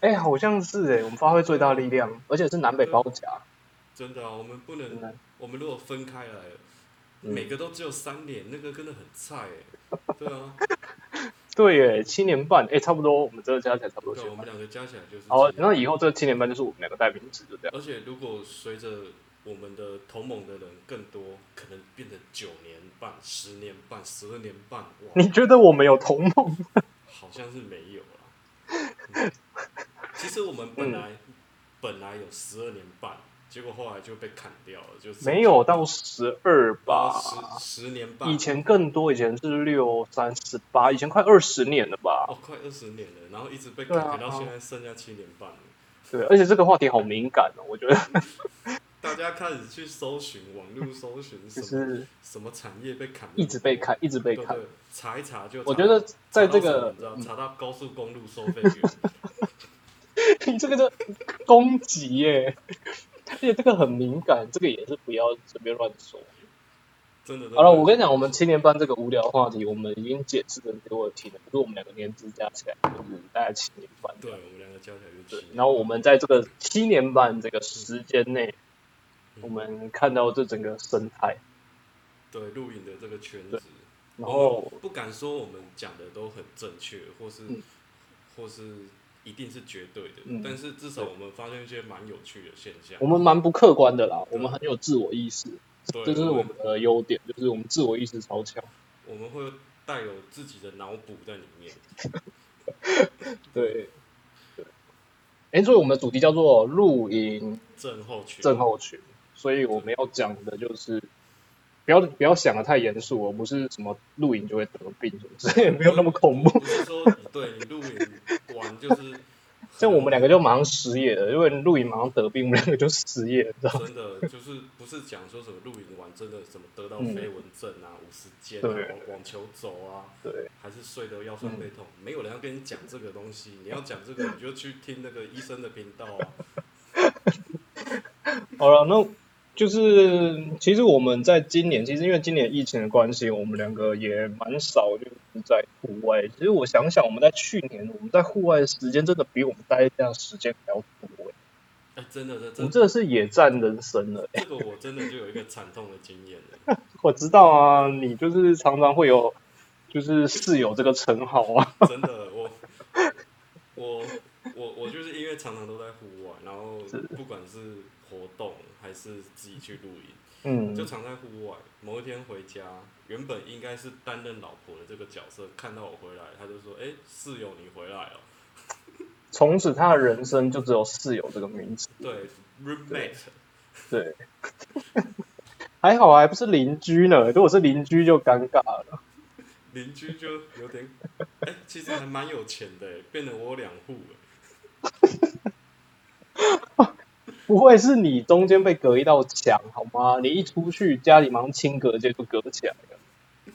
Speaker 1: 哎、好像是哎，我们发挥最大力量，而且是南北包夹，
Speaker 2: 真的啊，我们不
Speaker 1: 真
Speaker 2: 能，
Speaker 1: 的，
Speaker 2: 我们如果分开来了，
Speaker 1: 嗯
Speaker 2: 每个都只有三连，那个真的很菜
Speaker 1: *laughs*
Speaker 2: 哎、对啊，
Speaker 1: 对耶，七年半，哎、差不多，我们真的加起来差不多七
Speaker 2: 对啊，我
Speaker 1: 年
Speaker 2: 们
Speaker 1: 半。
Speaker 2: 两个加起来就是。
Speaker 1: 好，那以后这七年半就是我们两个代名词，就这样。
Speaker 2: 而且如果随着我们的同盟的人更多，可能变成九年半、十年半、十二年半，哇，
Speaker 1: 你觉得我们有同梦？
Speaker 2: *laughs* 好像是没有啦。嗯其实我们本来、本来有十二年半，结果后来就被砍掉了，就是
Speaker 1: *laughs* 没有到十二吧？
Speaker 2: 十十年半，
Speaker 1: 以前更多，以前是六三十八，以前快二十年了吧？
Speaker 2: 哦快二十年了，然后一直被
Speaker 1: 对
Speaker 2: 砍，
Speaker 1: 啊
Speaker 2: 砍到现在剩下七年半了。
Speaker 1: 对，而且这个话题好敏感哦，我觉得
Speaker 2: 大家开始去搜寻网络搜寻
Speaker 1: 就
Speaker 2: 什么
Speaker 1: 是
Speaker 2: 什么产业被砍，
Speaker 1: 一直被砍，一直被
Speaker 2: 对
Speaker 1: 砍。
Speaker 2: 对，查一查就查
Speaker 1: 我觉得在这
Speaker 2: 查到什么
Speaker 1: 个嗯
Speaker 2: 你知道查到高速公路收
Speaker 1: *laughs*
Speaker 2: 费员，
Speaker 1: 你 *laughs* 这个就攻击耶，而且这个很敏感，这个也是不要随便乱说。
Speaker 2: 真的都
Speaker 1: 好了，我跟你讲，我们七年班这个无聊的话题，我们已经解释的给我听了，可是我们两个年资加起来就是大概七年班。
Speaker 2: 对我们两个加起来就
Speaker 1: 对
Speaker 2: 七，，
Speaker 1: 然后我们在这个七年半这个时间内，
Speaker 2: 嗯
Speaker 1: 我们看到这整个生态，
Speaker 2: 对录影的这个圈
Speaker 1: 对
Speaker 2: 子，
Speaker 1: 然后
Speaker 2: 我们不敢说我们讲的都很正确，或是、
Speaker 1: 嗯
Speaker 2: 或是一定是绝对的，
Speaker 1: 嗯
Speaker 2: 但是至少
Speaker 1: 对
Speaker 2: 我们发现一些蛮有趣的现象
Speaker 1: 我。们蛮不客观的啦，我们很有自我意识，
Speaker 2: 对，
Speaker 1: 这是
Speaker 2: 我
Speaker 1: 我
Speaker 2: 们
Speaker 1: 们的优点，就是我们自我意识超强。
Speaker 2: 我们会带有自己的脑补在里面。
Speaker 1: 对，对，哎，所以我们的主题叫做露营
Speaker 2: 症候群，
Speaker 1: 症候群，所以我们要讲的就是。不要不要想的太严肃哦，不是什么露营就会得病什么之类的，没有那么恐怖。
Speaker 2: 不是说你对你录影完就是，
Speaker 1: 像我们两个就马上失业了，因为露营马上得病，我们两个就失业了，你知道吗？
Speaker 2: 真的就是不是讲说什么露营完真的什么得到
Speaker 1: 嗯
Speaker 2: 飞蚊症啊、五十肩啊、
Speaker 1: 对
Speaker 2: 网网球肘啊，
Speaker 1: 对，
Speaker 2: 还是睡得腰酸背痛，没有人要跟你讲这个东西。你要讲这个，你就去听那个医生的频道啊。
Speaker 1: 好了，那就是其实我们在今年，其实因为今年疫情的关系，我们两个也蛮少就是在户外。其实我想想，我们在去年我们在户外的时间真的比我们待家的时间还要多欸，
Speaker 2: 哎、真的，这
Speaker 1: 我们
Speaker 2: 这
Speaker 1: 真的是野战人生了欸。
Speaker 2: 这个我真的就有一个惨痛的经验了。
Speaker 1: 我知道啊，你就是常常会有就是室友这个称号啊，
Speaker 2: *laughs* 真的，我我我我就是因为常常都在户外，然后
Speaker 1: 是
Speaker 2: 不管是活动还是自己去露营，就
Speaker 1: 嗯，
Speaker 2: 常在户外。某一天回家，原本应该是担任老婆的这个角色，看到我回来，他就说：“哎、室友你回来哦。
Speaker 1: 从此他的人生就只有室友这个名字”。
Speaker 2: 对，roommate。
Speaker 1: *laughs* 对，还好啊还不是邻居呢，如果是邻居就尴尬了。
Speaker 2: 邻居就有点，哎、其实还蛮有钱的，欸变得我有两户欸了。
Speaker 1: 不会是你中间被隔一道墙好吗？你一出去，家里马上清隔间就隔起来了。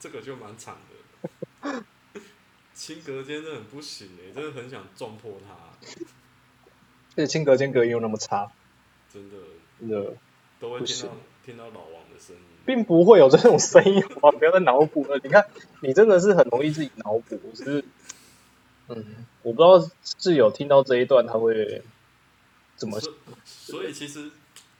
Speaker 2: 这个就蛮惨的。清隔间真的很不行哎、真的很想撞破它，
Speaker 1: 而且清隔间隔音又那么差，
Speaker 2: 真的
Speaker 1: 真的
Speaker 2: 都会
Speaker 1: 不
Speaker 2: 听
Speaker 1: 行
Speaker 2: 到听到老王的声音。
Speaker 1: 并不会有这种声音好吗？不要再脑补了。你看，你真的是很容易自己脑补，就是嗯，我不知道室友听到这一段他会怎么。
Speaker 2: 所所以其实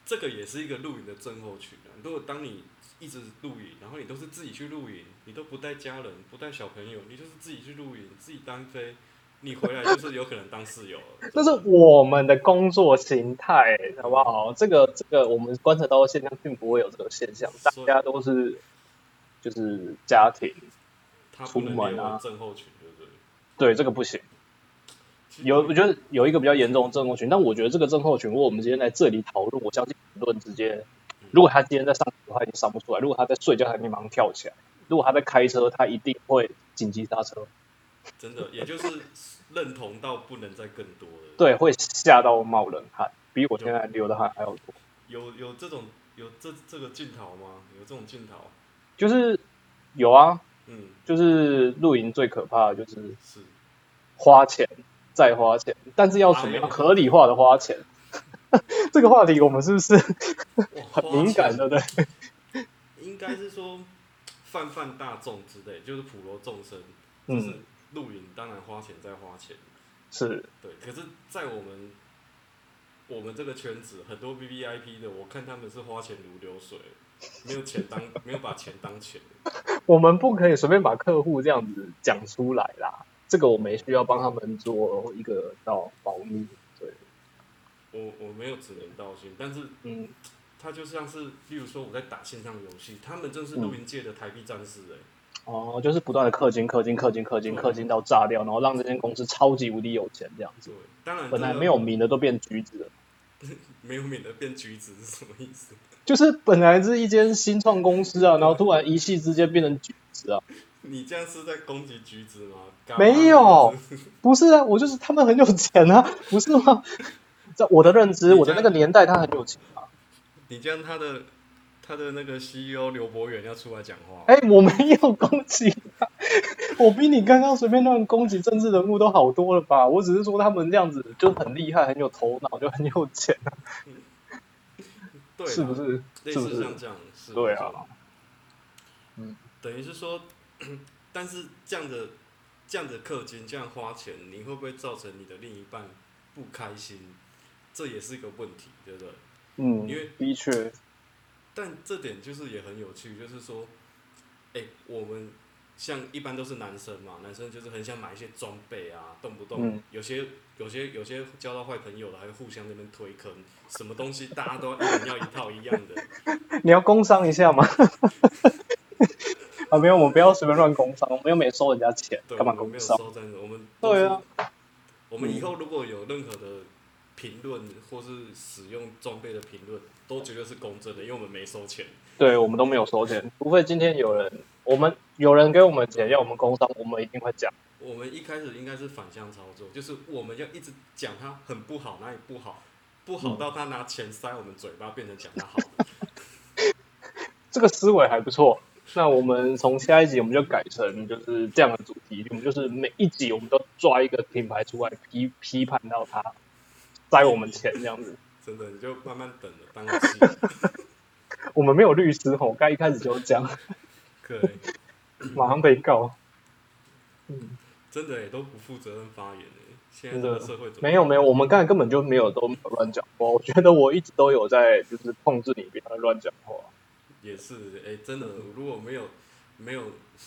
Speaker 2: 这个也是一个露营的症候群啊。如果当你一直露营，然后你都是自己去露营，你都不带家人、不带小朋友，你就是自己去露营、自己单飞，你回来就是有可能当室友了
Speaker 1: 那是我们的工作形态，好不好？这个这个，我们观察到的现象并不会有这个现象，大
Speaker 2: 所以
Speaker 1: 家都是就是家庭，
Speaker 2: 他不能
Speaker 1: 出门
Speaker 2: 列
Speaker 1: 啊
Speaker 2: 为症候群，对不对？
Speaker 1: 对这个不行。
Speaker 2: 其实
Speaker 1: 有我觉得有一个比较严重的症候群，但我觉得这个症候群，如果我们今天在这里讨论，我相信很多人直接，如果他今天在上学，他已经上不出来；如果他在睡觉，他已经马上跳起来；如果他在开车，他一定会紧急刹车，
Speaker 2: 真的，也就是认同到不能再更多了。
Speaker 1: 对，会吓到冒冷汗，比我现在流的汗还要多。
Speaker 2: 有有这种有这这个镜头吗？有这种镜头？
Speaker 1: 就是有啊，
Speaker 2: 嗯，
Speaker 1: 就是露营最可怕的就是
Speaker 2: 是
Speaker 1: 花钱再花钱，但是要怎么
Speaker 2: 哎
Speaker 1: 样
Speaker 2: 呦
Speaker 1: 合理化的花钱？ *laughs* 这个话题我们是不是
Speaker 2: 哇，
Speaker 1: 很敏感
Speaker 2: 花
Speaker 1: 的？对，
Speaker 2: 钱，应该是说泛泛大众之类，就是普罗众生，就
Speaker 1: 嗯
Speaker 2: 是露营，当然花钱再花钱，
Speaker 1: 是
Speaker 2: 对。可是，在我们我们这个圈子，很多 V V I P 的，我看他们是花钱如流水，没有钱当 *laughs* 没有把钱当钱，
Speaker 1: 我们不可以随便把客户这样子讲出来啦。这个我们也需要帮他们做一个到保密。对，
Speaker 2: 我我没有只能道歉，但是
Speaker 1: 嗯，
Speaker 2: 他就像是，例如说我在打线上游戏，他们真是
Speaker 1: 嗯
Speaker 2: 露营界的台币战士哎、
Speaker 1: 哦，就是不断的氪金、氪金、氪金、氪金、氪金到炸掉，然后让这间公司超级无敌有钱这样子
Speaker 2: 对。，当然
Speaker 1: 本来
Speaker 2: 这个
Speaker 1: 没有名的都变橘子了。
Speaker 2: 没有免得变橘子是什么意思？ *laughs*
Speaker 1: 就是本来是一间新创公司啊，然后突然一夕之间变成橘子啊，
Speaker 2: 你这样是在攻击橘子吗？干嘛
Speaker 1: 没
Speaker 2: *laughs*
Speaker 1: 有，不是啊，我就是他们很有钱啊，不是吗？在我的认知，我的那个年代他很有钱啊。
Speaker 2: 你这样他的他的那个 CEO 刘博远要出来讲话，
Speaker 1: 哎、我没有攻击他， *laughs* 我比你刚刚随便乱攻击政治人物都好多了吧？我只是说他们这样子就很厉害，很有头脑，就很有钱啊，
Speaker 2: 对啦，
Speaker 1: 是不是？
Speaker 2: 类
Speaker 1: 是不
Speaker 2: 似
Speaker 1: 是
Speaker 2: 像这样，是
Speaker 1: 对
Speaker 2: 没错
Speaker 1: 啊，
Speaker 2: 等于是说， *clears throat* 但是这样的这样的氪金，这样花钱，你会不会造成你的另一半不开心？这也是一个问题，对不对？
Speaker 1: 嗯
Speaker 2: 因为，
Speaker 1: 的确，
Speaker 2: 但这点就是也很有趣，就是说，哎、我们像一般都是男生嘛，男生就是很想买一些装备啊，动不动、
Speaker 1: 嗯
Speaker 2: 有些有些有些交到坏朋友了，还会互相那边推坑，什么东西大家都要一人要一套一样
Speaker 1: *laughs*
Speaker 2: 的，
Speaker 1: 你要工商一下吗？ *laughs* 啊，没有，我们不要随便乱工商，我们又没收人家钱，
Speaker 2: 对，
Speaker 1: 干嘛
Speaker 2: 我
Speaker 1: 工
Speaker 2: 们没有
Speaker 1: 商？
Speaker 2: 收真的，我们都
Speaker 1: *laughs* 对
Speaker 2: 是
Speaker 1: 啊，嗯
Speaker 2: 我们以后如果有任何的评论或是使用装备的评论，都绝对是公正的，因为我们没收钱。
Speaker 1: 对，我们都没有收钱，除非今天有人，我们有人给我们钱要我们工商，我们一定会讲。
Speaker 2: 我们一开始应该是反向操作，就是我们要一直讲他很不好，哪里不好，不好到他拿钱塞我们嘴巴，变成讲他好。
Speaker 1: 这个思维还不错。那我们从下一集我们就改成就是这样的主题，我们就是每一集我们都抓一个品牌出来批批判到它，塞我们钱这样子。
Speaker 2: 真的，你就慢慢等着当
Speaker 1: *laughs*
Speaker 2: 个戏。
Speaker 1: 我们没有律师吼，该一开始就讲， *laughs*
Speaker 2: 对，
Speaker 1: 马上被告。嗯，
Speaker 2: 真的也都不负责任发言诶。现在
Speaker 1: 真
Speaker 2: 这
Speaker 1: 的
Speaker 2: 个社会怎么
Speaker 1: 没有没有，我们刚才根本就没有都没有乱讲话。我觉得我一直都有在就是控制你不要乱讲话。
Speaker 2: 也是哎、真的，如果没有没有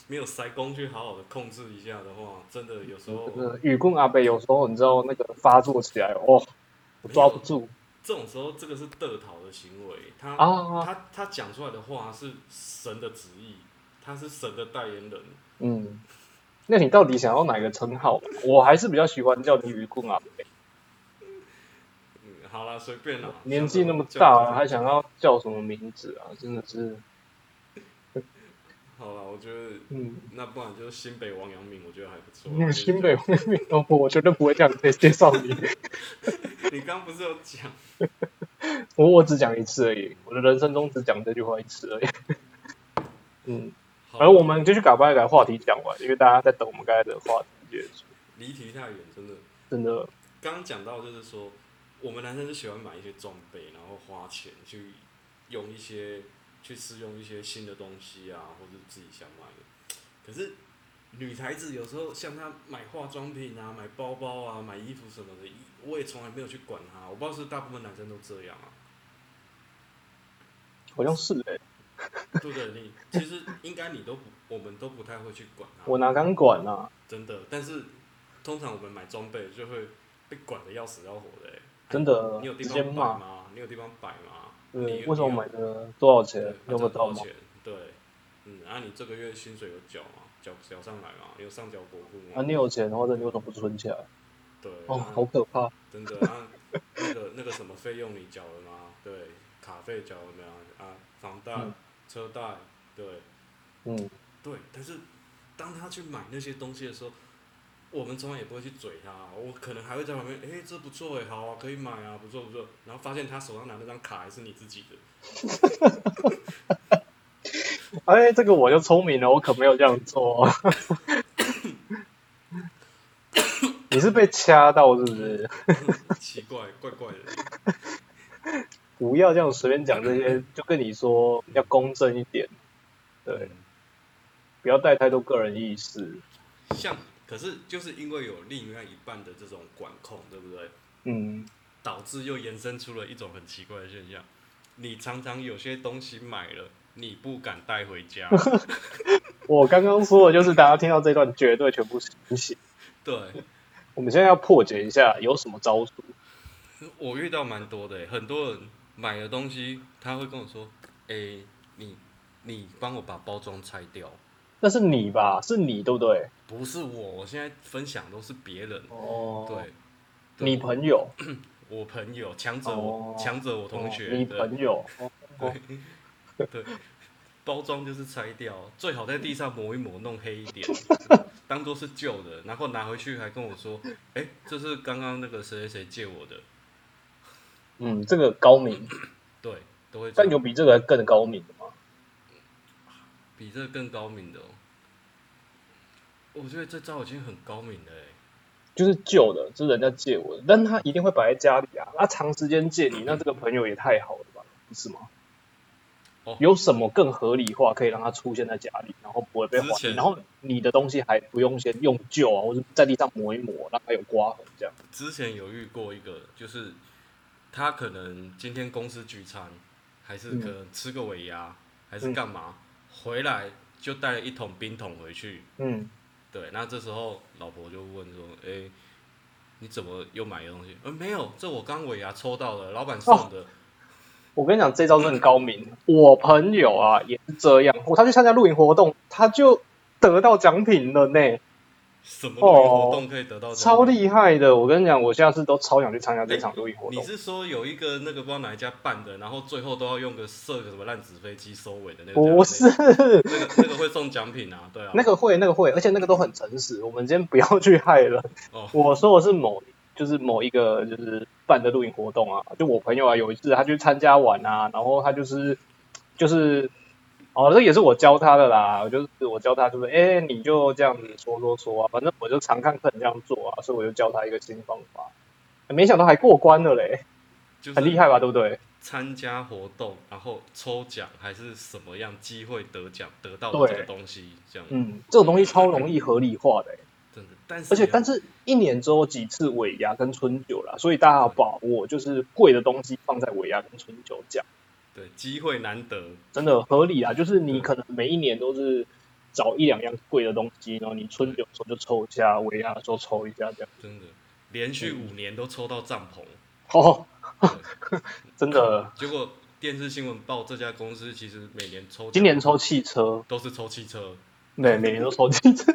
Speaker 2: 没有塞工具好好的控制一下的话，真的有时候
Speaker 1: 就是呃雨棍阿北有时候你知道那个发作起来哦，我抓不住
Speaker 2: 这种时候这个是得讨的行为。他、
Speaker 1: 啊。
Speaker 2: 他他讲出来的话是神的旨意，他是神的代言人。
Speaker 1: 嗯，那你到底想要哪个称号？我还是比较喜欢叫你雨啊棍阿北。
Speaker 2: 嗯，好啦，随便啦。
Speaker 1: 年纪那么
Speaker 2: 想
Speaker 1: 大
Speaker 2: 到
Speaker 1: 了，还想要叫什么名字啊？真的是，
Speaker 2: 好了，我觉得
Speaker 1: 嗯，
Speaker 2: 那不然就是新北王阳明，我觉得还不错。
Speaker 1: 嗯，新北会面哦不，我绝对不会这样介介绍你，
Speaker 2: *laughs* 你刚不是有讲？
Speaker 1: 我我只讲一次而已，我的人生中只讲这句话一次而已。嗯，
Speaker 2: 好
Speaker 1: 而我们继续赶快把话题讲完，因为大家在等我们刚才的话题结束，
Speaker 2: 离题太远，真的。
Speaker 1: 真的，
Speaker 2: 刚刚讲到就是说，我们男生就喜欢买一些装备，然后花钱去用一些去试用一些新的东西啊，或者自己想买的。可是女孩子有时候像她买化妆品啊、买包包啊、买衣服什么的，我也从来没有去管她。我不知道是不是大部分男生都这样啊。
Speaker 1: 好像是哎、
Speaker 2: 对不对？你其实应该你都不，我们都不太会去管它，
Speaker 1: 我哪敢管啊？
Speaker 2: 真的。但是通常我们买装备就会被管的要死要活的、欸，
Speaker 1: 真的
Speaker 2: 你有地
Speaker 1: 直接
Speaker 2: 方摆
Speaker 1: 骂
Speaker 2: 吗？你有地方摆吗？
Speaker 1: 对
Speaker 2: 你，
Speaker 1: 为什么买的多少钱
Speaker 2: 要
Speaker 1: 用得到
Speaker 2: 多
Speaker 1: 吗
Speaker 2: 少？钱？对，嗯，啊，你这个月薪水有缴吗？缴缴上来吗？有上缴国库吗？
Speaker 1: 啊，你有钱的话，那你为什么不存起来？
Speaker 2: 对，
Speaker 1: 哦，
Speaker 2: 啊
Speaker 1: 好可怕！
Speaker 2: 真的啊，那个那个什么费用你缴了吗？对，卡费缴了没有？啊，房贷、
Speaker 1: 嗯
Speaker 2: 车贷，对，
Speaker 1: 嗯，
Speaker 2: 对，但是当他去买那些东西的时候，我们从来也不会去嘴他，啊我可能还会在旁边，哎、这不错哎，好啊，可以买啊，不错不错。然后发现他手上拿那张卡还是你自己的，
Speaker 1: 哎，这个我就聪明了，我可没有这样做、啊。你是被掐到是不是？
Speaker 2: 奇怪，怪怪的。
Speaker 1: 不要这样随便讲这些，就跟你说要公正一点，对，
Speaker 2: 嗯
Speaker 1: 不要带太多个人意识。
Speaker 2: 像可是就是因为有另外一半的这种管控，对不对？
Speaker 1: 嗯，
Speaker 2: 导致又延伸出了一种很奇怪的现象，你常常有些东西买了，你不敢带回家。
Speaker 1: 我刚刚说的就是大家听到这段绝对全部清醒。
Speaker 2: 对，
Speaker 1: 我们现在要破解一下有什么招数。
Speaker 2: 我遇到蛮多的欸，很多人买了东西，他会跟我说：“哎、你你帮我把包装拆掉。
Speaker 1: 那是你吧？是你对不对？”
Speaker 2: 不是我，我现在分享都是别人。
Speaker 1: 哦，
Speaker 2: 对，对
Speaker 1: 你朋友，
Speaker 2: 我朋友强者
Speaker 1: 哦
Speaker 2: 我强、者我同学，
Speaker 1: 哦你
Speaker 2: 对
Speaker 1: 朋友，
Speaker 2: 对，包装就是拆掉，最好在地上抹一抹，弄黑一
Speaker 1: *laughs*
Speaker 2: 点，当做是旧的，然后拿回去还跟我说：“哎、这是刚刚那个谁谁谁借我的。
Speaker 1: 嗯，这个高明，”
Speaker 2: 对，都会这
Speaker 1: 但
Speaker 2: 样。
Speaker 1: 有比这个更高明的吗？
Speaker 2: 比这个更高明的哦。我觉得这招已经很高明了哎。
Speaker 1: 就是旧的，就是人家借我的，但他一定会摆在家里啊。他长时间借你，那这个朋友也太好了吧，不是吗
Speaker 2: 哦？
Speaker 1: 有什么更合理化可以让他出现在家里，然后不会被怀
Speaker 2: 之
Speaker 1: 疑，
Speaker 2: 前
Speaker 1: 然后你的东西还不用先用旧啊，或者在地上磨一磨，让它有刮痕这样。
Speaker 2: 之前有遇过一个，就是他可能今天公司聚餐，还是
Speaker 1: 嗯
Speaker 2: 可能吃个尾牙，还是干嘛，回来就带了一桶冰桶回去。
Speaker 1: 嗯，
Speaker 2: 对，那这时候老婆就问说：“哎、你怎么又买东西？”呃，没有，这我刚尾牙抽到的，老板送
Speaker 1: 哦
Speaker 2: 的。
Speaker 1: 我跟你讲，这招真的高明。我朋友啊也是这样，我他去参加露营活动，他就得到奖品了呢。
Speaker 2: 什么露营活动可以得到、
Speaker 1: 哦超！厉害的！我跟你讲，我下次都超想去参加这场露营活
Speaker 2: 你
Speaker 1: 动。
Speaker 2: 是说有一个那个不知道哪一家办的，然后最后都要用个射个什么烂纸飞机收尾的那个？
Speaker 1: 不是
Speaker 2: 那个那个会送奖品啊，对啊。
Speaker 1: *laughs* 那个会，那个会，而且那个都很诚实。我们今天不要去害人。
Speaker 2: 哦
Speaker 1: 我说的是某，就是某一个就是办的露营活动啊，就我朋友啊，有一次他去参加完啊，然后他就是就是。哦，这也是我教他的啦，我就是我教他，就是哎，你就这样子说说说啊，反正我就常看客人这样做啊，所以我就教他一个新方法，没想到还过关了嘞，
Speaker 2: 就是嗯
Speaker 1: 很厉害吧，对不对？
Speaker 2: 参加活动，然后抽奖还是什么样机会得奖得到的这个东西，这样、
Speaker 1: 嗯，这种东西超容易合理化的、欸
Speaker 2: 真的。但是
Speaker 1: 而且但
Speaker 2: 是
Speaker 1: 是一年只有几次尾牙跟春酒啦，所以大家要把握，就是贵的东西放在尾牙跟春酒讲，
Speaker 2: 对机会难得，
Speaker 1: 真的合理啊。就是你可能每一年都是找一两样贵的东西，然后你春酒的时候就抽一下，尾牙的时候抽一下这样。
Speaker 2: 真的连续五年都抽到帐篷，
Speaker 1: 哦，
Speaker 2: 对
Speaker 1: *laughs* 真的，
Speaker 2: 结果电视新闻报这家公司其实每年抽奖
Speaker 1: 今年抽汽车，
Speaker 2: 都是抽汽车，
Speaker 1: 对，每年都抽汽车，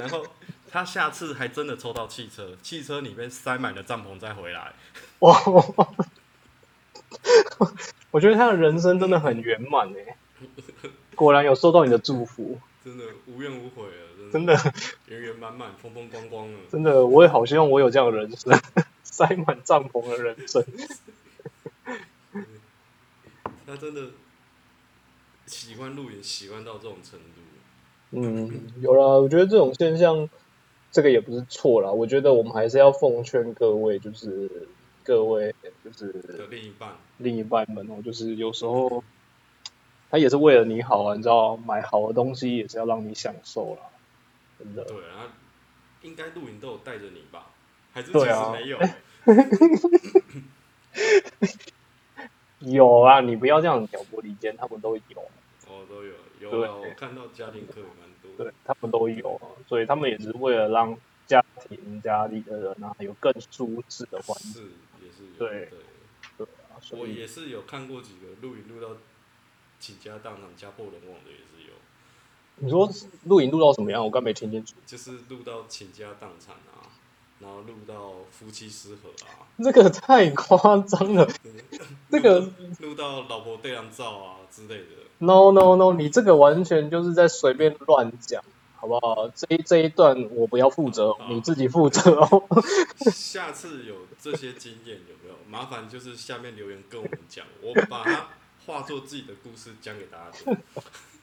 Speaker 2: 然后他下次还真的抽到汽车，汽车里面塞满了帐篷再回来。
Speaker 1: *laughs* 哇！我觉得他的人生真的很圆满哎、果然有受到你的祝福，
Speaker 2: 真的无怨无悔了，真的
Speaker 1: 真的
Speaker 2: 圆圆满满、风风光光了。
Speaker 1: 真的，我也好希望我有这样的人生， *laughs* 塞满帐篷的人生。
Speaker 2: 他真的喜欢露营，喜欢到这种程度。
Speaker 1: 嗯，有啦，我觉得这种现象，这个也不是错啦。我觉得我们还是要奉劝各位，就是各位就是
Speaker 2: 的另一半，
Speaker 1: 另一半们哦，就是有时候他也是为了你好啊，你知道，买好的东西也是要让你享受啦，真的。
Speaker 2: 对，然后应该露营都有带着你吧？还是其
Speaker 1: 对
Speaker 2: 实
Speaker 1: 啊 *laughs*
Speaker 2: 没有？
Speaker 1: 有啊，你不要这样挑拨离间，他们都有，
Speaker 2: 哦，都有，有
Speaker 1: 对
Speaker 2: 啊，我看到家庭课有蛮多。
Speaker 1: 对他们都有啊，所以他们也只是为了让家庭家里的人啊有更舒适的环境
Speaker 2: 是也是有
Speaker 1: 对
Speaker 2: 对，
Speaker 1: 啊，所
Speaker 2: 我
Speaker 1: 以
Speaker 2: 也是有看过几个录影录到倾家荡产、家破人亡的也是有，
Speaker 1: 你说露营露到什么样？我刚没听清楚。
Speaker 2: 就是录到倾家荡产啊，然后录到夫妻失和啊，
Speaker 1: 这个太夸张
Speaker 2: *laughs*
Speaker 1: 了，这个
Speaker 2: 录到老婆对狼照啊之类的。
Speaker 1: no no no，你这个完全就是在随便乱讲，好不好？这一这一段我不要负责哦，
Speaker 2: 好
Speaker 1: 你自己负责哦。 *laughs*
Speaker 2: 下次有这些经验有没有？麻烦就是下面留言跟我们讲，我把它化作自己的故事讲给大家
Speaker 1: *laughs*
Speaker 2: 听。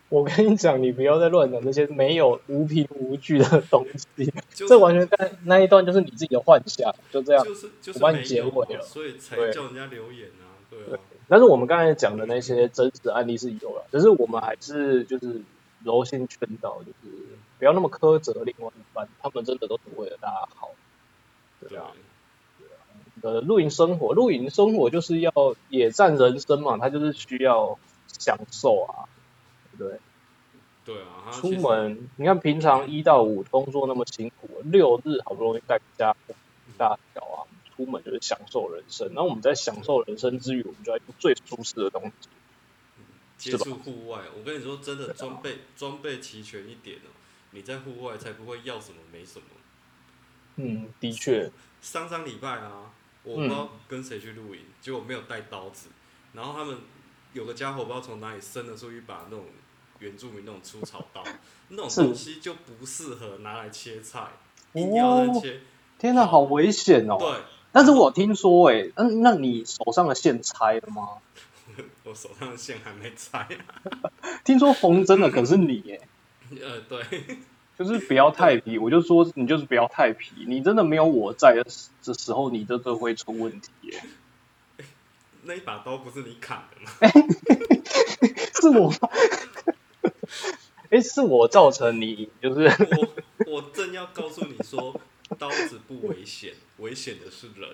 Speaker 1: 我跟你讲，你不要再乱讲这些没有无凭无据的东西，
Speaker 2: 就是、
Speaker 1: 这完全在那一段就是你自己的幻想，就这样。
Speaker 2: 就是就是
Speaker 1: 我帮你
Speaker 2: 没
Speaker 1: 结
Speaker 2: 有
Speaker 1: 尾了
Speaker 2: 所以才
Speaker 1: 对
Speaker 2: 叫人家留言啊，对啊，
Speaker 1: 但是我们刚才讲的那些真实案例是有了，只是我们还是就是柔性劝导，就是不要那么苛责另外一半，他们真的都是为了大家好，对
Speaker 2: 对
Speaker 1: 啊。呃，露营生活，露营生活就是要野战人生嘛，它就是需要享受啊，对不对？
Speaker 2: 对啊，他
Speaker 1: 出
Speaker 2: 其实
Speaker 1: 门，你看平常一到五工作那么辛苦，六日好不容易带个家
Speaker 2: 嗯
Speaker 1: 大小啊，出门就是享受人生。那我们在享受人生之余，我们就要用最舒适的东西。
Speaker 2: 接触户外，我跟你说真的，装备装备齐全一点哦，你在户外才不会要什么没什么。
Speaker 1: 嗯，的确，
Speaker 2: 上上礼拜啊，我不
Speaker 1: 嗯
Speaker 2: 知道跟谁去露营，结果没有带刀子，然后他们有个家伙不知道从哪里生了出一把那种原住民那种粗草
Speaker 1: *laughs*
Speaker 2: 刀，那种
Speaker 1: 是
Speaker 2: 东西就不适合拿来切菜，硬要人切，
Speaker 1: 天哪，好危险哦！
Speaker 2: 对
Speaker 1: 但是我听说、欸，哎，嗯，那你手上的线拆了吗？
Speaker 2: 我手上的线还没拆， *laughs*
Speaker 1: 听说缝针的可是你、 *laughs* 欸，
Speaker 2: 呃，对，
Speaker 1: 就是不要太皮，我就说你就是不要太皮，你真的没有我在的时的时候，你这都会出问题耶。
Speaker 2: 那一把刀不是你砍的吗？
Speaker 1: *laughs* 是 *laughs* 我吗？哎、是我造成你就是
Speaker 2: 我我正要告诉你说，刀子不危险，危险的是人。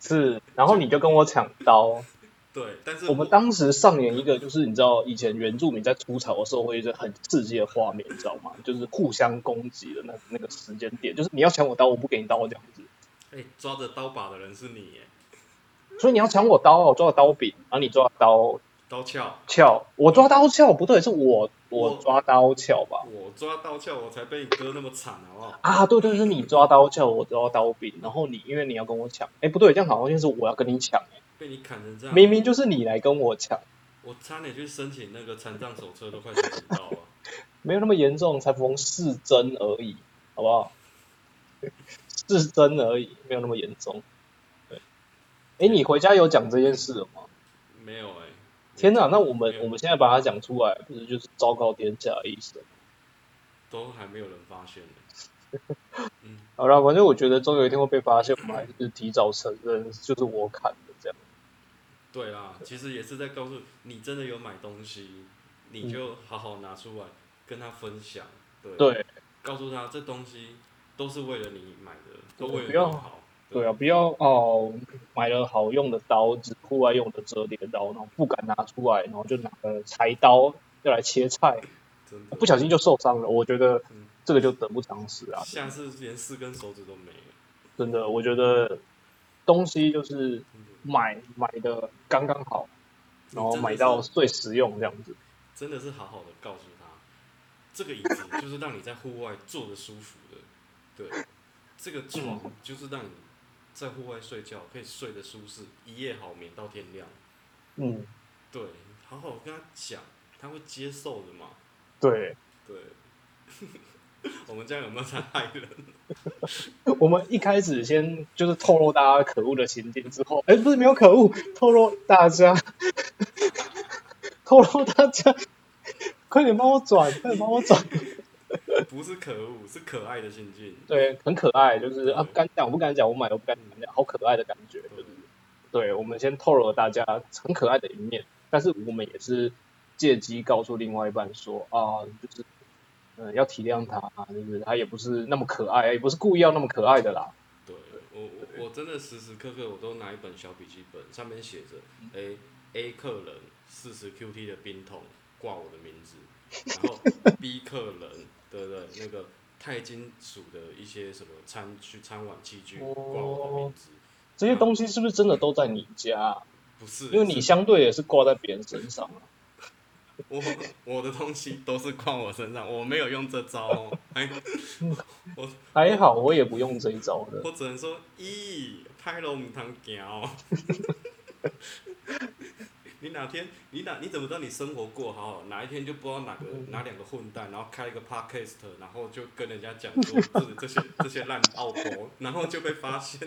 Speaker 1: 是，然后你就跟我抢刀。
Speaker 2: 对，但是
Speaker 1: 我们当时上演一个就是你知道以前原住民在出草的时候会有一个很刺激的画面，你知道吗？就是互相攻击的那那个时间点，就是你要抢我刀，我不给你刀这样子。
Speaker 2: 哎、抓着刀把的人是你耶，
Speaker 1: 所以你要抢我刀，啊我抓刀柄，然后你抓刀
Speaker 2: 刀鞘，
Speaker 1: 鞘，我抓刀鞘不对，是我我
Speaker 2: 我
Speaker 1: 抓刀鞘吧？
Speaker 2: 我抓刀鞘，我才被你割那么惨，好不好？
Speaker 1: 啊，对对，是你抓刀鞘，我抓刀柄，然后你因为你要跟我抢，哎，不对，这样好像是我要跟你抢，哎，
Speaker 2: 被你砍成这样，
Speaker 1: 明明就是你来跟我抢，
Speaker 2: 我差点去申请那个残障手册，都快申请到了。
Speaker 1: 没有那么严重，才缝四针而已，好不好？ *laughs* 四针而已，没有那么严重。对，哎，你回家有讲这件事了吗？
Speaker 2: 没有哎、
Speaker 1: 天哪，那我们
Speaker 2: 没有
Speaker 1: 我们现在把它讲出来，不是就是昭告天下的意思吗？
Speaker 2: 都还没有人发现呢。嗯，
Speaker 1: 好啦，反正我觉得终有一天会被发现，我们还是提早承认就是我砍的这样。
Speaker 2: 对啦，其实也是在告诉你，真的有买东西，你就好好拿出来跟他分享，对，
Speaker 1: 对
Speaker 2: 告诉他这东西都是为了你买的，都为了
Speaker 1: 不要
Speaker 2: 你好。
Speaker 1: 对啊，不要哦，买了好用的刀子，户外用的折叠刀，然后不敢拿出来，然后就拿个柴刀要来切菜，
Speaker 2: 真的
Speaker 1: 不小心就受伤了。我觉得
Speaker 2: 嗯
Speaker 1: 这个就得不偿失啊，
Speaker 2: 下次连四根手指都没了。
Speaker 1: 真的，我觉得东西就是
Speaker 2: 真的
Speaker 1: 买买的刚刚好，然后
Speaker 2: 真的
Speaker 1: 买
Speaker 2: 是
Speaker 1: 到最实用这样子。
Speaker 2: 真的是好好的告诉他，这个椅子就是让你在户外坐的舒服的，对，这个床就是让你在户外睡觉可以睡得舒适，一夜好眠到天亮。
Speaker 1: 嗯，
Speaker 2: 对，好好跟他讲，他会接受的嘛。
Speaker 1: 对
Speaker 2: 对， *laughs* 我们这样有没有在害人？
Speaker 1: 我们一开始先就是透露大家可恶的情境之后，哎，不是没有可恶，透露大家， *laughs* 透露大家，快点帮我转，快点帮我
Speaker 2: *laughs*
Speaker 1: 转。
Speaker 2: 不是可恶，是可爱的心境。
Speaker 1: 对，很可爱，就是啊，敢讲我不敢讲，我买我不敢讲，好可爱的感觉，就是对，我们先透露了大家很可爱的一面，但是我们也是借机告诉另外一半说啊，就是嗯、呃要体谅他，就是他也不是那么可爱，也不是故意要那么可爱的啦。
Speaker 2: 对我我我真的时时刻刻我都拿一本小笔记本，上面写着，
Speaker 1: 嗯
Speaker 2: 哎、a 客人四十 QT 的冰桶挂我的名字，
Speaker 1: *laughs*
Speaker 2: 然后 B 客人对不对？那个钛金属的一些什么餐具、餐碗、器具挂我的名字，
Speaker 1: 这些东西是不是真的都在你家啊？
Speaker 2: 不是
Speaker 1: 因为你
Speaker 2: 是
Speaker 1: 相对也是挂在别人身上啊。
Speaker 2: 我我的东西都是挂我身上，我没有用这招
Speaker 1: *laughs*
Speaker 2: 哦，哎，
Speaker 1: 还好我也不用这一招的。 *laughs*
Speaker 2: 我只能说，咦，拍了唔通行哦。 *laughs* 你哪天，你哪，你怎么知道你生活过好好？哪一天就不知道哪个
Speaker 1: 嗯
Speaker 2: 哪两个混蛋，然后开一个 podcast，然后就跟人家讲说这这些这些烂奥博， *laughs* 然后就被发现。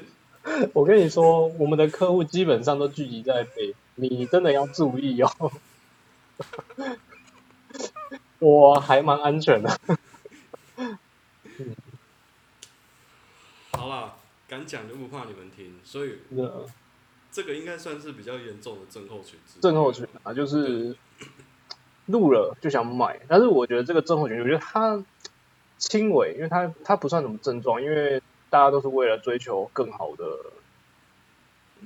Speaker 1: 我跟你说，我们的客户基本上都聚集在北，你真的要注意哦。 *laughs* 我还蛮安全的，
Speaker 2: 好啦，敢讲就不怕你们听，所以这个应该算是比较严重的症候群之一。
Speaker 1: 症候群啊，就是录了就想买，但是我觉得这个症候群，我觉得它轻微，因为它它不算什么症状，因为大家都是为了追求更好的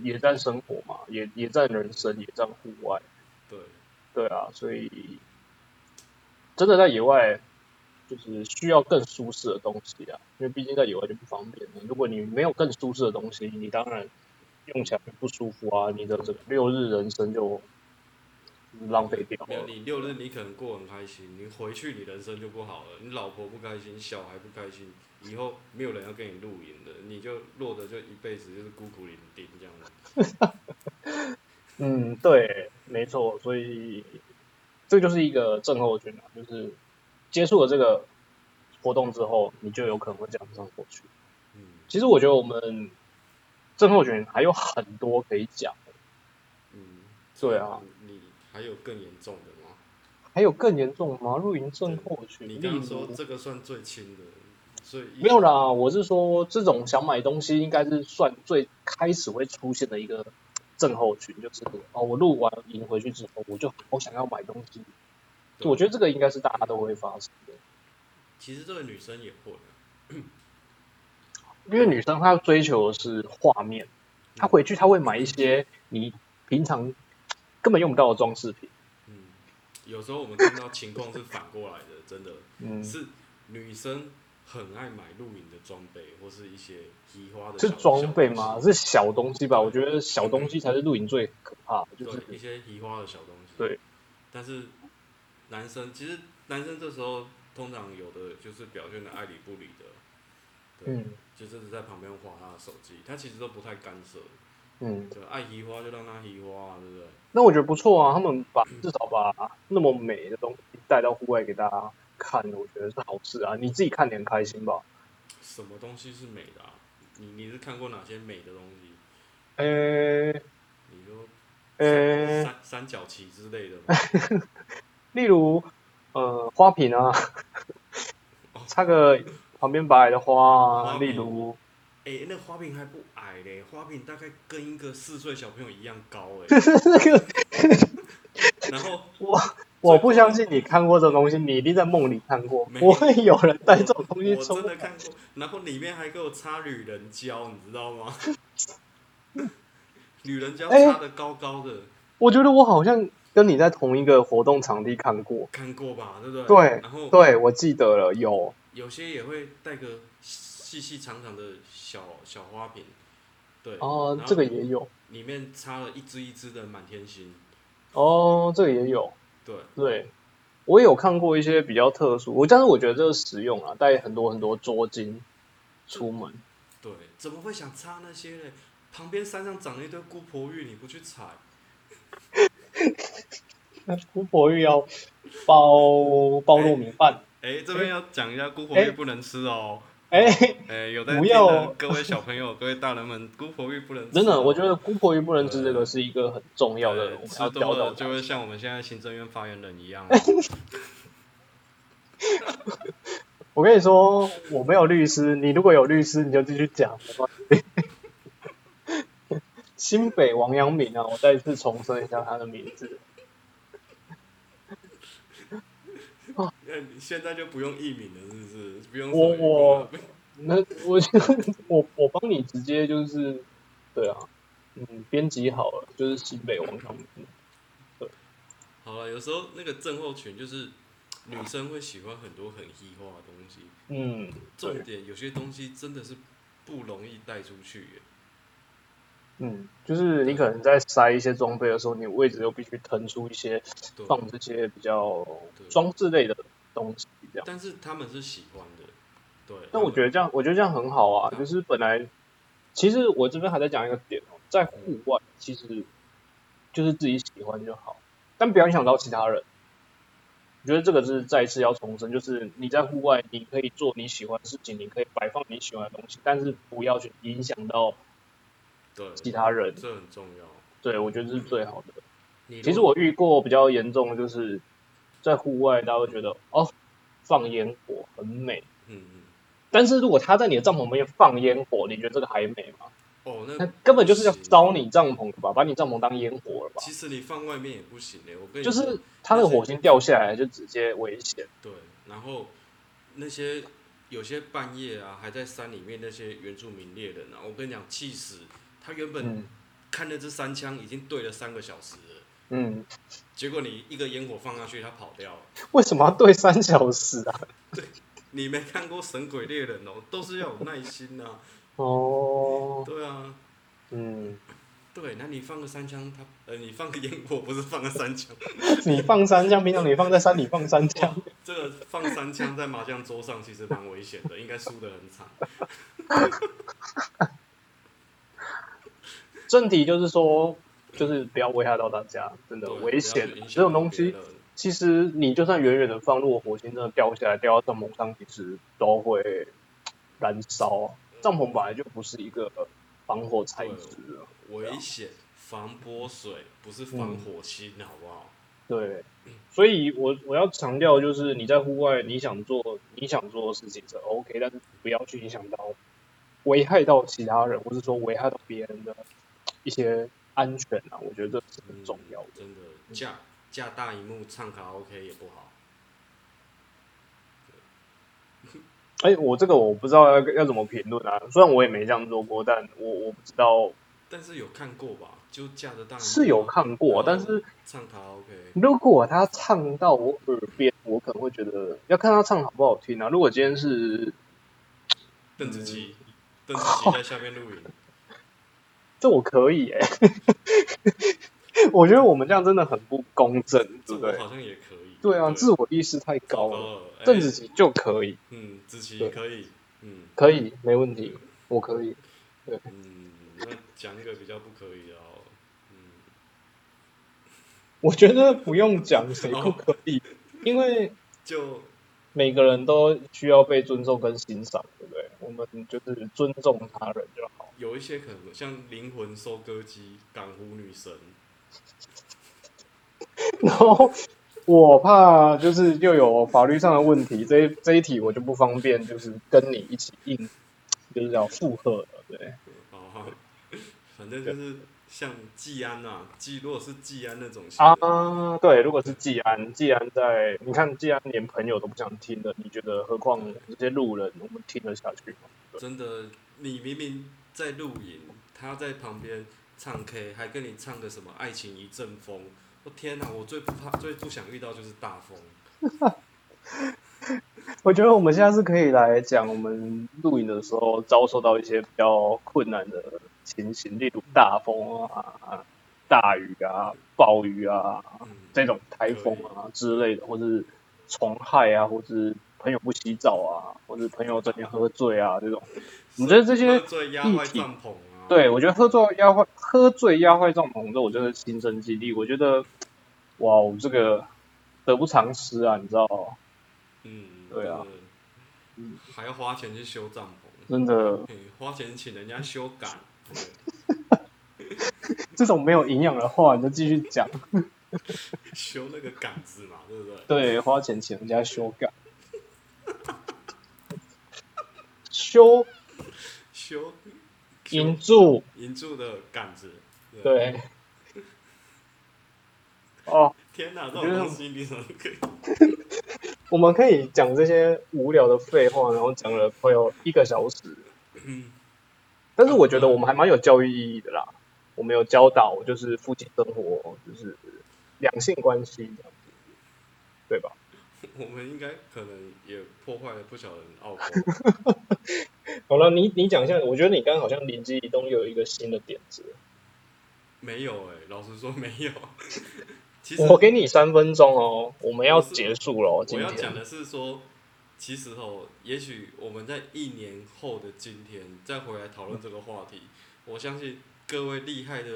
Speaker 1: 野战生活嘛，野野战人生，野战户外，
Speaker 2: 对，
Speaker 1: 对啊，所以真的在野外就是需要更舒适的东西啊，因为毕竟在野外就不方便了。如果你没有更舒适的东西，你当然用起来就不舒服啊，你的整个六日人生就浪费掉
Speaker 2: 没有
Speaker 1: 了。
Speaker 2: 你六日你可能过很开心，你回去你人生就不好了，你老婆不开心，小孩不开心，以后没有人要跟你露营的，你就落得就一辈子就是孤苦伶仃这样子。
Speaker 1: 嗯，对，没错，所以这就是一个症候群啊，就是接触了这个活动之后，你就有可能会这样上火去。
Speaker 2: 嗯
Speaker 1: 其实我觉得我们症候群还有很多可以讲。
Speaker 2: 嗯，
Speaker 1: 对啊，
Speaker 2: 你还有更严重的吗？
Speaker 1: 还有更严重吗？露营症候群，
Speaker 2: 你刚刚说
Speaker 1: 例如
Speaker 2: 这个算最轻的，所以
Speaker 1: 没有啦，我是说这种想买东西应该是算最开始会出现的一个症候群，就是哦，我录完营回去之后，我就好想要买东西。我觉
Speaker 2: 得
Speaker 1: 得这个应该是大家都会发生的，
Speaker 2: 其实这个女生也会啊，
Speaker 1: 因为女生她追求的是画面，她回去她会买一些你平常根本用不到的装饰品。
Speaker 2: 嗯，有时候我们看到情况是反过来的，真的。
Speaker 1: 嗯，
Speaker 2: 是女生很爱买露营的装备，或是一些移花的
Speaker 1: 是
Speaker 2: 小
Speaker 1: 装备吗？？
Speaker 2: 小
Speaker 1: 是小东西吧？我觉得小东西才是露营最可怕的，就
Speaker 2: 东西
Speaker 1: 是
Speaker 2: 对，一些移花的小东西。
Speaker 1: 对。
Speaker 2: 但是男生其实男生这时候通常有的就是表现的爱理不理的，对，
Speaker 1: 嗯
Speaker 2: 就只是在旁边划他的手机，他其实都不太干涉，
Speaker 1: 嗯。
Speaker 2: 对，爱移花就让他移花、啊，对不对？
Speaker 1: 那我觉得不错啊，他们把至少把那么美的东西带到户外给大家看，我觉得是好事啊。你自己看你很开心吧？
Speaker 2: 什么东西是美的啊？你你是看过哪些美的东西？
Speaker 1: 呃
Speaker 2: 你说
Speaker 1: 呃，
Speaker 2: 三三角旗之
Speaker 1: *laughs*
Speaker 2: 类的吗？
Speaker 1: 例如呃花瓶啊，插个旁边白的花啊，
Speaker 2: 花
Speaker 1: 例
Speaker 2: 瓶
Speaker 1: 如 *laughs*
Speaker 2: 哎、那花瓶还不矮嘞，花瓶大概跟一个四岁小朋友一样高
Speaker 1: *laughs*
Speaker 2: 哎。然后
Speaker 1: 我不相信你看过这种东西，你一定在梦里看过，
Speaker 2: 没
Speaker 1: 不会有人带这种东西
Speaker 2: 我
Speaker 1: 出
Speaker 2: 真的
Speaker 1: 来。
Speaker 2: 看过，然后里面还给我插女人胶，你知道吗？ *laughs* 女人胶
Speaker 1: 哎
Speaker 2: 插的高高的，
Speaker 1: 我觉得我好像跟你在同一个活动场地看过，
Speaker 2: 看过吧，对不对？
Speaker 1: 哎对
Speaker 2: 然后
Speaker 1: 对我记得了，有
Speaker 2: 有些也会带个细细长长的小小花瓶，对。
Speaker 1: 哦
Speaker 2: 然，后
Speaker 1: 这个也有
Speaker 2: 里面插了一只一只的满天星，
Speaker 1: 哦，这个也有。
Speaker 2: 对，
Speaker 1: 对，我也有看过一些比较特殊，我但是我觉得这个实用啊，带很多很多捉襟出门。
Speaker 2: 对，怎么会想插那些嘞？旁边山上长了一堆姑婆芋，你不去采？
Speaker 1: 那姑婆芋要包包糯米饭。
Speaker 2: 哎，这边要讲一下，姑婆
Speaker 1: 哎
Speaker 2: 芋不能吃哦。
Speaker 1: 哎、
Speaker 2: 哎，有在
Speaker 1: 不
Speaker 2: 听
Speaker 1: 要
Speaker 2: 的
Speaker 1: 哦
Speaker 2: 各位小朋友、各位大人们，姑婆芋不能吃哦。
Speaker 1: 真的，我觉得姑婆鱼不能吃这个是一个很重要的，
Speaker 2: 对
Speaker 1: 我们要
Speaker 2: 吃
Speaker 1: 教
Speaker 2: 多
Speaker 1: 导
Speaker 2: 了
Speaker 1: 的。
Speaker 2: 就会像我们现在行政院发言
Speaker 1: *laughs*
Speaker 2: 人一样。
Speaker 1: 我跟你说，我没有律师，你如果有律师，你就继续讲。没 *laughs* 关系新北王阳明啊，我再一次重申一下他的名字。
Speaker 2: 那呃你现在就不用艺名了，是不是？不用
Speaker 1: 我
Speaker 2: 手语了
Speaker 1: 我那我我我帮你直接就是，对啊，嗯，编辑好了，就是新北王阳明。
Speaker 2: 好了，有时候那个症候群就是女生会喜欢很多很异化的东西，
Speaker 1: 嗯，
Speaker 2: 重
Speaker 1: 对，
Speaker 2: 点有些东西真的是不容易带出去耶。
Speaker 1: 嗯，就是你可能在塞一些装备的时候，你位置又必须腾出一些
Speaker 2: 对，
Speaker 1: 放这些比较
Speaker 2: 对
Speaker 1: 装置类的东西，这样。
Speaker 2: 但是他们是喜欢的，对。
Speaker 1: 但我觉得这样，我觉得这样很好啊。
Speaker 2: 嗯
Speaker 1: 就是本来，其实我这边还在讲一个点哦，在户外其实就是自己喜欢就好，但不要影响到其他人。我觉得这个是再一次要重申，就是你在户外，你可以做你喜欢的事情，你可以摆放你喜欢的东西，但是不要去影响到
Speaker 2: 对
Speaker 1: 其他人。
Speaker 2: 这很重要。
Speaker 1: 对，我觉得是最好的。
Speaker 2: 你如
Speaker 1: 其实我遇过比较严重的，就是在户外，大家会觉得哦，放烟火很美，
Speaker 2: 嗯嗯，
Speaker 1: 但是如果他在你的帐篷旁边放烟火，你觉得这个还美吗？
Speaker 2: 哦，
Speaker 1: 他
Speaker 2: 那
Speaker 1: 根本就是要烧你帐篷的吧，把你帐篷当烟火了吧？
Speaker 2: 其实你放外面也不行嘞，我跟你
Speaker 1: 就
Speaker 2: 说
Speaker 1: 是他那个火星掉下来就直接危险。
Speaker 2: 对，然后那些有些半夜啊，还在山里面那些原住民猎人啊，我跟你讲，气死！他原本
Speaker 1: 嗯
Speaker 2: 看那支三枪已经对了三个小时了，
Speaker 1: 嗯，
Speaker 2: 结果你一个烟火放下去，他跑掉了。
Speaker 1: 为什么要对三小时啊？
Speaker 2: 你没看过《神鬼猎人》哦，都是要有耐心呐、
Speaker 1: 哦，
Speaker 2: 对啊，
Speaker 1: 嗯，
Speaker 2: 对，那你放个三枪，他呃，你放个烟火，不是放个三枪，
Speaker 1: 你放三枪，平常你放在山里放三枪，
Speaker 2: 这个放三枪在麻将桌上其实蛮危险的，应该输得很惨。
Speaker 1: 正题就是说，就是不要危害到大家，真的
Speaker 2: 对
Speaker 1: *laughs* 危险
Speaker 2: 不要去影响
Speaker 1: 这种东
Speaker 2: 别
Speaker 1: 西。
Speaker 2: 人
Speaker 1: 其实你就算远远的放，如果火星真的掉下来掉到帐篷上，其实都会燃烧啊。帐篷本来就不是一个防火材质啊，
Speaker 2: 危险，防泼水，不是防火星，好不好？
Speaker 1: 对。所以我我要强调就是你在户外你想做你想做的事情是 OK，但是不要去影响到危害到其他人，或是说危害到别人的一些安全啊，我觉得这是很重
Speaker 2: 嗯
Speaker 1: 要的。
Speaker 2: 真的，架架大荧幕唱卡拉 OK 也不好。
Speaker 1: 哎、我这个我不知道要要怎么评论啊，虽然我也没这样做过，但我我不知道
Speaker 2: 但是有看过吧？就架着大荧幕
Speaker 1: 是有看过，
Speaker 2: 嗯
Speaker 1: 但是
Speaker 2: 唱卡拉 OK，
Speaker 1: 如果他唱到我耳边，我可能会觉得要看他唱好不好听啊。如果今天是
Speaker 2: 邓紫棋，
Speaker 1: 嗯
Speaker 2: 邓紫棋在下面录
Speaker 1: *laughs*
Speaker 2: 影，
Speaker 1: 这我可以哎、 *laughs* 我觉得我们这样真的很不公正，
Speaker 2: 这
Speaker 1: 对不
Speaker 2: 我
Speaker 1: 对？
Speaker 2: 好像也可以。
Speaker 1: 对啊，自我意识太高了。
Speaker 2: 了。哎
Speaker 1: 邓紫，棋就可以，
Speaker 2: 嗯，紫棋
Speaker 1: 对
Speaker 2: 可以，嗯
Speaker 1: 可以，没问题，我可以。
Speaker 2: 嗯，那讲一个比较不可以的哦，嗯，
Speaker 1: 我觉得不用讲谁不可以，
Speaker 2: 哦
Speaker 1: 因为
Speaker 2: 就
Speaker 1: 每个人都需要被尊重跟欣赏，对不对？我们就是尊重他人就好。
Speaker 2: 有一些可能像灵魂收割机、港湖女神，
Speaker 1: *laughs* 然后我怕就是又有法律上的问题，这一这一题我就不方便，就是跟你一起应，就是要附和了，对。
Speaker 2: 哦，好反正就是像季安呐、啊，季如果是季安那种型的，
Speaker 1: 啊，对，如果是季安，季安在，你看季安连朋友都不想听了，你觉得何况我们这些路人，我们听得下去吗？
Speaker 2: 真的，你明明在露营，他在旁边唱 K，还跟你唱个什么《爱情一阵风》，我天哪，我最不怕、最不想遇到就是大风。
Speaker 1: 我觉得我们现在是可以来讲我们录影的时候遭受到一些比较困难的情形，例如大风啊、大雨啊、暴雨啊，
Speaker 2: 嗯，
Speaker 1: 这种台风啊之类的，或是虫害啊，或是朋友不洗澡啊，或是朋友整天喝醉啊这种，你觉得这些
Speaker 2: 喝醉压坏帐篷啊？
Speaker 1: 对我觉得喝醉压坏喝醉压坏帐篷这我真的亲身经历，我觉得哇，我这个得不偿失啊，你知道吗？
Speaker 2: 嗯，
Speaker 1: 对啊
Speaker 2: 真的，还要花钱去修帐篷，
Speaker 1: 真的，
Speaker 2: 嘿花钱请人家修改，对
Speaker 1: 这种没有营养的话，你就继续讲。
Speaker 2: 修那个杆子嘛，对不对？
Speaker 1: 对，花钱请人家修改，修
Speaker 2: 修
Speaker 1: 银柱，
Speaker 2: 银柱的杆子，对
Speaker 1: 对。哦，
Speaker 2: 天哪，这
Speaker 1: 我觉
Speaker 2: 种
Speaker 1: 得
Speaker 2: 东西你怎么可以？
Speaker 1: 我们可以讲这些无聊的废话，然后讲了快有一个小时。
Speaker 2: 嗯
Speaker 1: 但是我觉得我们还蛮有教育意义的啦。我们有教导，就是夫妻生活，就是两性关系这样子，对吧？
Speaker 2: 我们应该可能也破坏了不少人
Speaker 1: *laughs*
Speaker 2: 傲骨。
Speaker 1: 好了，你你讲一下，我觉得你刚刚好像灵机一动，又有一个新的点子。
Speaker 2: 没有哎、老实说没有。 *laughs* 其实
Speaker 1: 我给你三分钟哦，我们要结束了哦，今
Speaker 2: 我要讲
Speaker 1: 天。
Speaker 2: 的是说，其实哦，也许我们在一年后的今天再回来讨论这个话题，我相信各位厉害的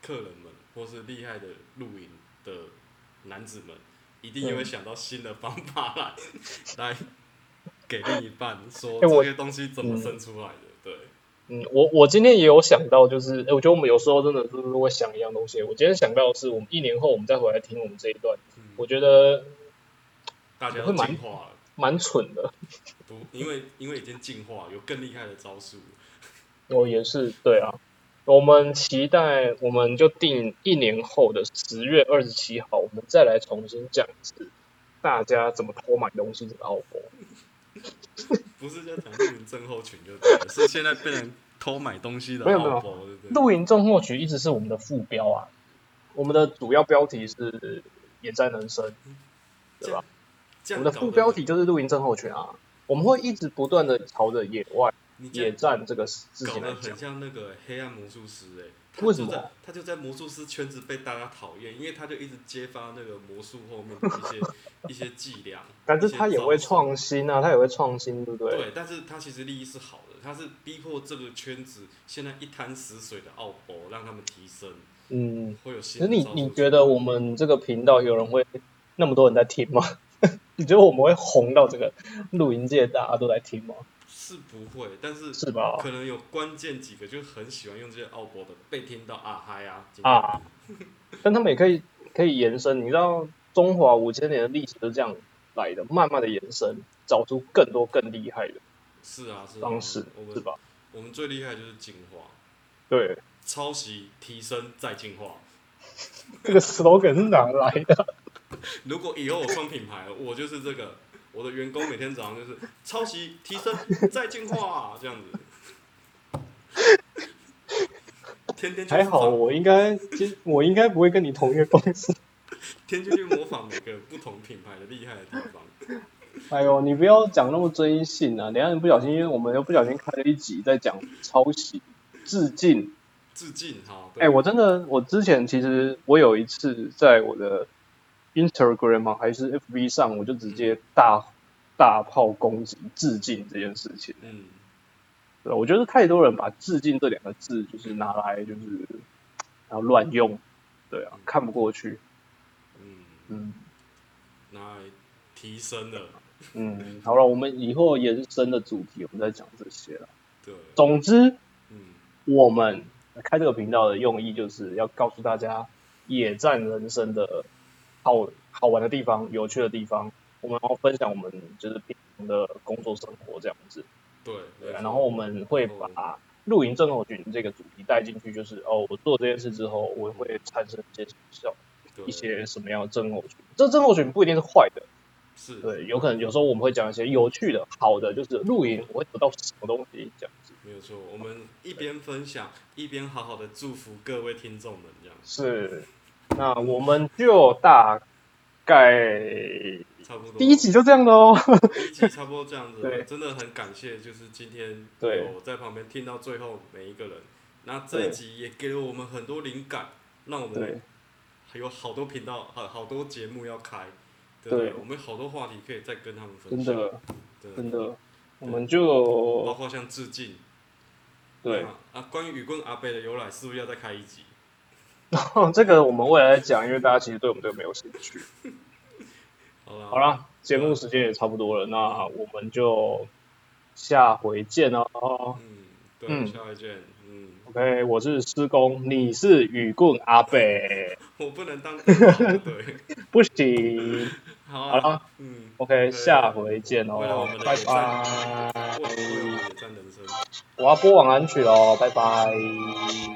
Speaker 2: 客人们，或是厉害的露营的男子们，一定也会想到新的方法
Speaker 1: *laughs*
Speaker 2: 来、来给另一半说
Speaker 1: 哎我
Speaker 2: 这些东西怎么生出来的。对，
Speaker 1: 嗯，我我今天也有想到，就是，哎，我觉得我们有时候真的就是会想一样东西。我今天想到的是，我们一年后我们再回来听我们这一段，
Speaker 2: 嗯，
Speaker 1: 我觉得
Speaker 2: 大家
Speaker 1: 会
Speaker 2: 都
Speaker 1: 蛮
Speaker 2: 进化了，
Speaker 1: 蛮蠢的。
Speaker 2: 不，因为因为已经进化，有更厉害的招数了。
Speaker 1: 我哦也是，对啊。我们期待，我们就定一年后的十月二十七号，我们再来重新讲一次，大家怎么偷买东西，怎么熬过。
Speaker 2: 不是在讲露营症候群就对了，是现在被人偷买东西的
Speaker 1: 没有没有
Speaker 2: 老婆，对不对？
Speaker 1: 露营症候群一直是我们的副标啊，我们的主要标题是野战人生，对吧？
Speaker 2: 这
Speaker 1: 我
Speaker 2: 样
Speaker 1: 们的
Speaker 2: 搞得
Speaker 1: 副标题，就是露营症候群啊。我们会一直不断的朝着野外、
Speaker 2: 你这
Speaker 1: 野
Speaker 2: 样
Speaker 1: 战这个事
Speaker 2: 搞
Speaker 1: 情来
Speaker 2: 得
Speaker 1: 讲
Speaker 2: 很，像那个黑暗魔术师哎、他
Speaker 1: 为什么
Speaker 2: 就在他就在魔术师圈子被大家讨厌，因为他就一直揭发那个魔术后面的一
Speaker 1: *laughs*
Speaker 2: 些一些伎俩，
Speaker 1: 但是他也会
Speaker 2: 一些招数
Speaker 1: 创新啊，他也会创新，对不对？
Speaker 2: 对，但是他其实利益是好的，他是逼迫这个圈子现在一滩死水的奥博让他们提升，
Speaker 1: 嗯。
Speaker 2: 会有新
Speaker 1: 可是
Speaker 2: 的
Speaker 1: 你
Speaker 2: 招数
Speaker 1: 你觉得我们这个频道有人会那么多人在听吗？ *laughs* 你觉得我们会红到这个露营界大家都在听吗？
Speaker 2: 是不会，但是
Speaker 1: 是吧？
Speaker 2: 可能有关键几个就很喜欢用这些奥博的，被听到啊嗨啊今天
Speaker 1: 啊，但他们也可以可以延伸，你知道中华五千年的历史就是这样来的，慢慢的延伸，找出更多更厉害的
Speaker 2: 是啊是啊，
Speaker 1: 方式，
Speaker 2: 我
Speaker 1: 是
Speaker 2: 们
Speaker 1: 吧？
Speaker 2: 我们最厉害就是进化，
Speaker 1: 对，
Speaker 2: 抄袭、提升再进化。
Speaker 1: 这个 slogan 是哪来的？
Speaker 2: 如果以后我创品牌，我就是这个，我的员工每天早上就是抄袭、提升再进化这样子，天天去
Speaker 1: 还好
Speaker 2: 仿
Speaker 1: 我应该，其实我应该不会跟你同一个公司。
Speaker 2: 天天去模仿每个不同品牌的厉害的地方。
Speaker 1: 哎呦，你不要讲那么追性啊！等一下你不小心，因为我们又不小心开了一集在讲抄袭、致敬。
Speaker 2: 致敬哈，对
Speaker 1: 哎、我真的，我之前其实我有一次在我的 Instagram 嘛还是 FB 上，我就直接大大炮攻击致敬这件事情。
Speaker 2: 嗯，
Speaker 1: 对，我觉得太多人把致敬这两个字就是拿来就是然后乱用，对啊，看不过去。
Speaker 2: 嗯，
Speaker 1: 嗯
Speaker 2: 拿来提升了，
Speaker 1: 嗯，好了，我们以后延伸的主题我们再讲这些了。
Speaker 2: 对，
Speaker 1: 总之，
Speaker 2: 嗯，
Speaker 1: 我们开这个频道的用意就是要告诉大家野战人生的好好玩的地方、有趣的地方。我们要分享我们就是平常的工作生活这样子，
Speaker 2: 对，
Speaker 1: 对、
Speaker 2: 没
Speaker 1: 啊。
Speaker 2: 错
Speaker 1: 然后我们会把露营症候群这个主题带进去，就是哦，我做这件事之后，我会产生一些效
Speaker 2: 对
Speaker 1: 一些什么样的症候群？这症候群不一定是坏的，
Speaker 2: 是，
Speaker 1: 对，有可能有时候我们会讲一些有趣的、好的，就是露营我会得到什么东西这样子。
Speaker 2: 没有错。我们一边分享，一边好好的祝福各位听众们，这样
Speaker 1: 是，那我们就大概
Speaker 2: 差不多。
Speaker 1: 第一集就这样喽。
Speaker 2: 第一集差不多这样子
Speaker 1: 对
Speaker 2: 了，真的很感谢，就是今天
Speaker 1: 对
Speaker 2: 我在旁边听到最后每一个人。那这一集也给了我们很多灵感，让我
Speaker 1: 对
Speaker 2: 们还有好多频道，好好多节目要开，对不对
Speaker 1: 对
Speaker 2: 我们有好多话题可以再跟他们分
Speaker 1: 真
Speaker 2: 享，
Speaker 1: 的，
Speaker 2: 对
Speaker 1: 真的，我们
Speaker 2: 包
Speaker 1: 就
Speaker 2: 括像致敬，
Speaker 1: 对，
Speaker 2: 啊，啊关于雨棍阿贝的由来，是不是要再开一集？
Speaker 1: 哦这个我们未来再讲，因为大家其实对我们这个没有兴趣。
Speaker 2: 好啦，
Speaker 1: 好啦，节目时间也差不多了，那我们就下回见哦。
Speaker 2: 嗯，对，
Speaker 1: 嗯
Speaker 2: 下回见，嗯，
Speaker 1: OK，我是施工，你是雨棍阿 *laughs* 北，
Speaker 2: 我不能当对，
Speaker 1: 不行。好
Speaker 2: 好啊，
Speaker 1: 了
Speaker 2: 嗯，
Speaker 1: OK，下回见
Speaker 2: 为了我
Speaker 1: 哦
Speaker 2: 们，的
Speaker 1: 拜
Speaker 2: 野战
Speaker 1: 拜。
Speaker 2: 为了我们的野战人生。
Speaker 1: 我要播晚安曲喽，拜拜。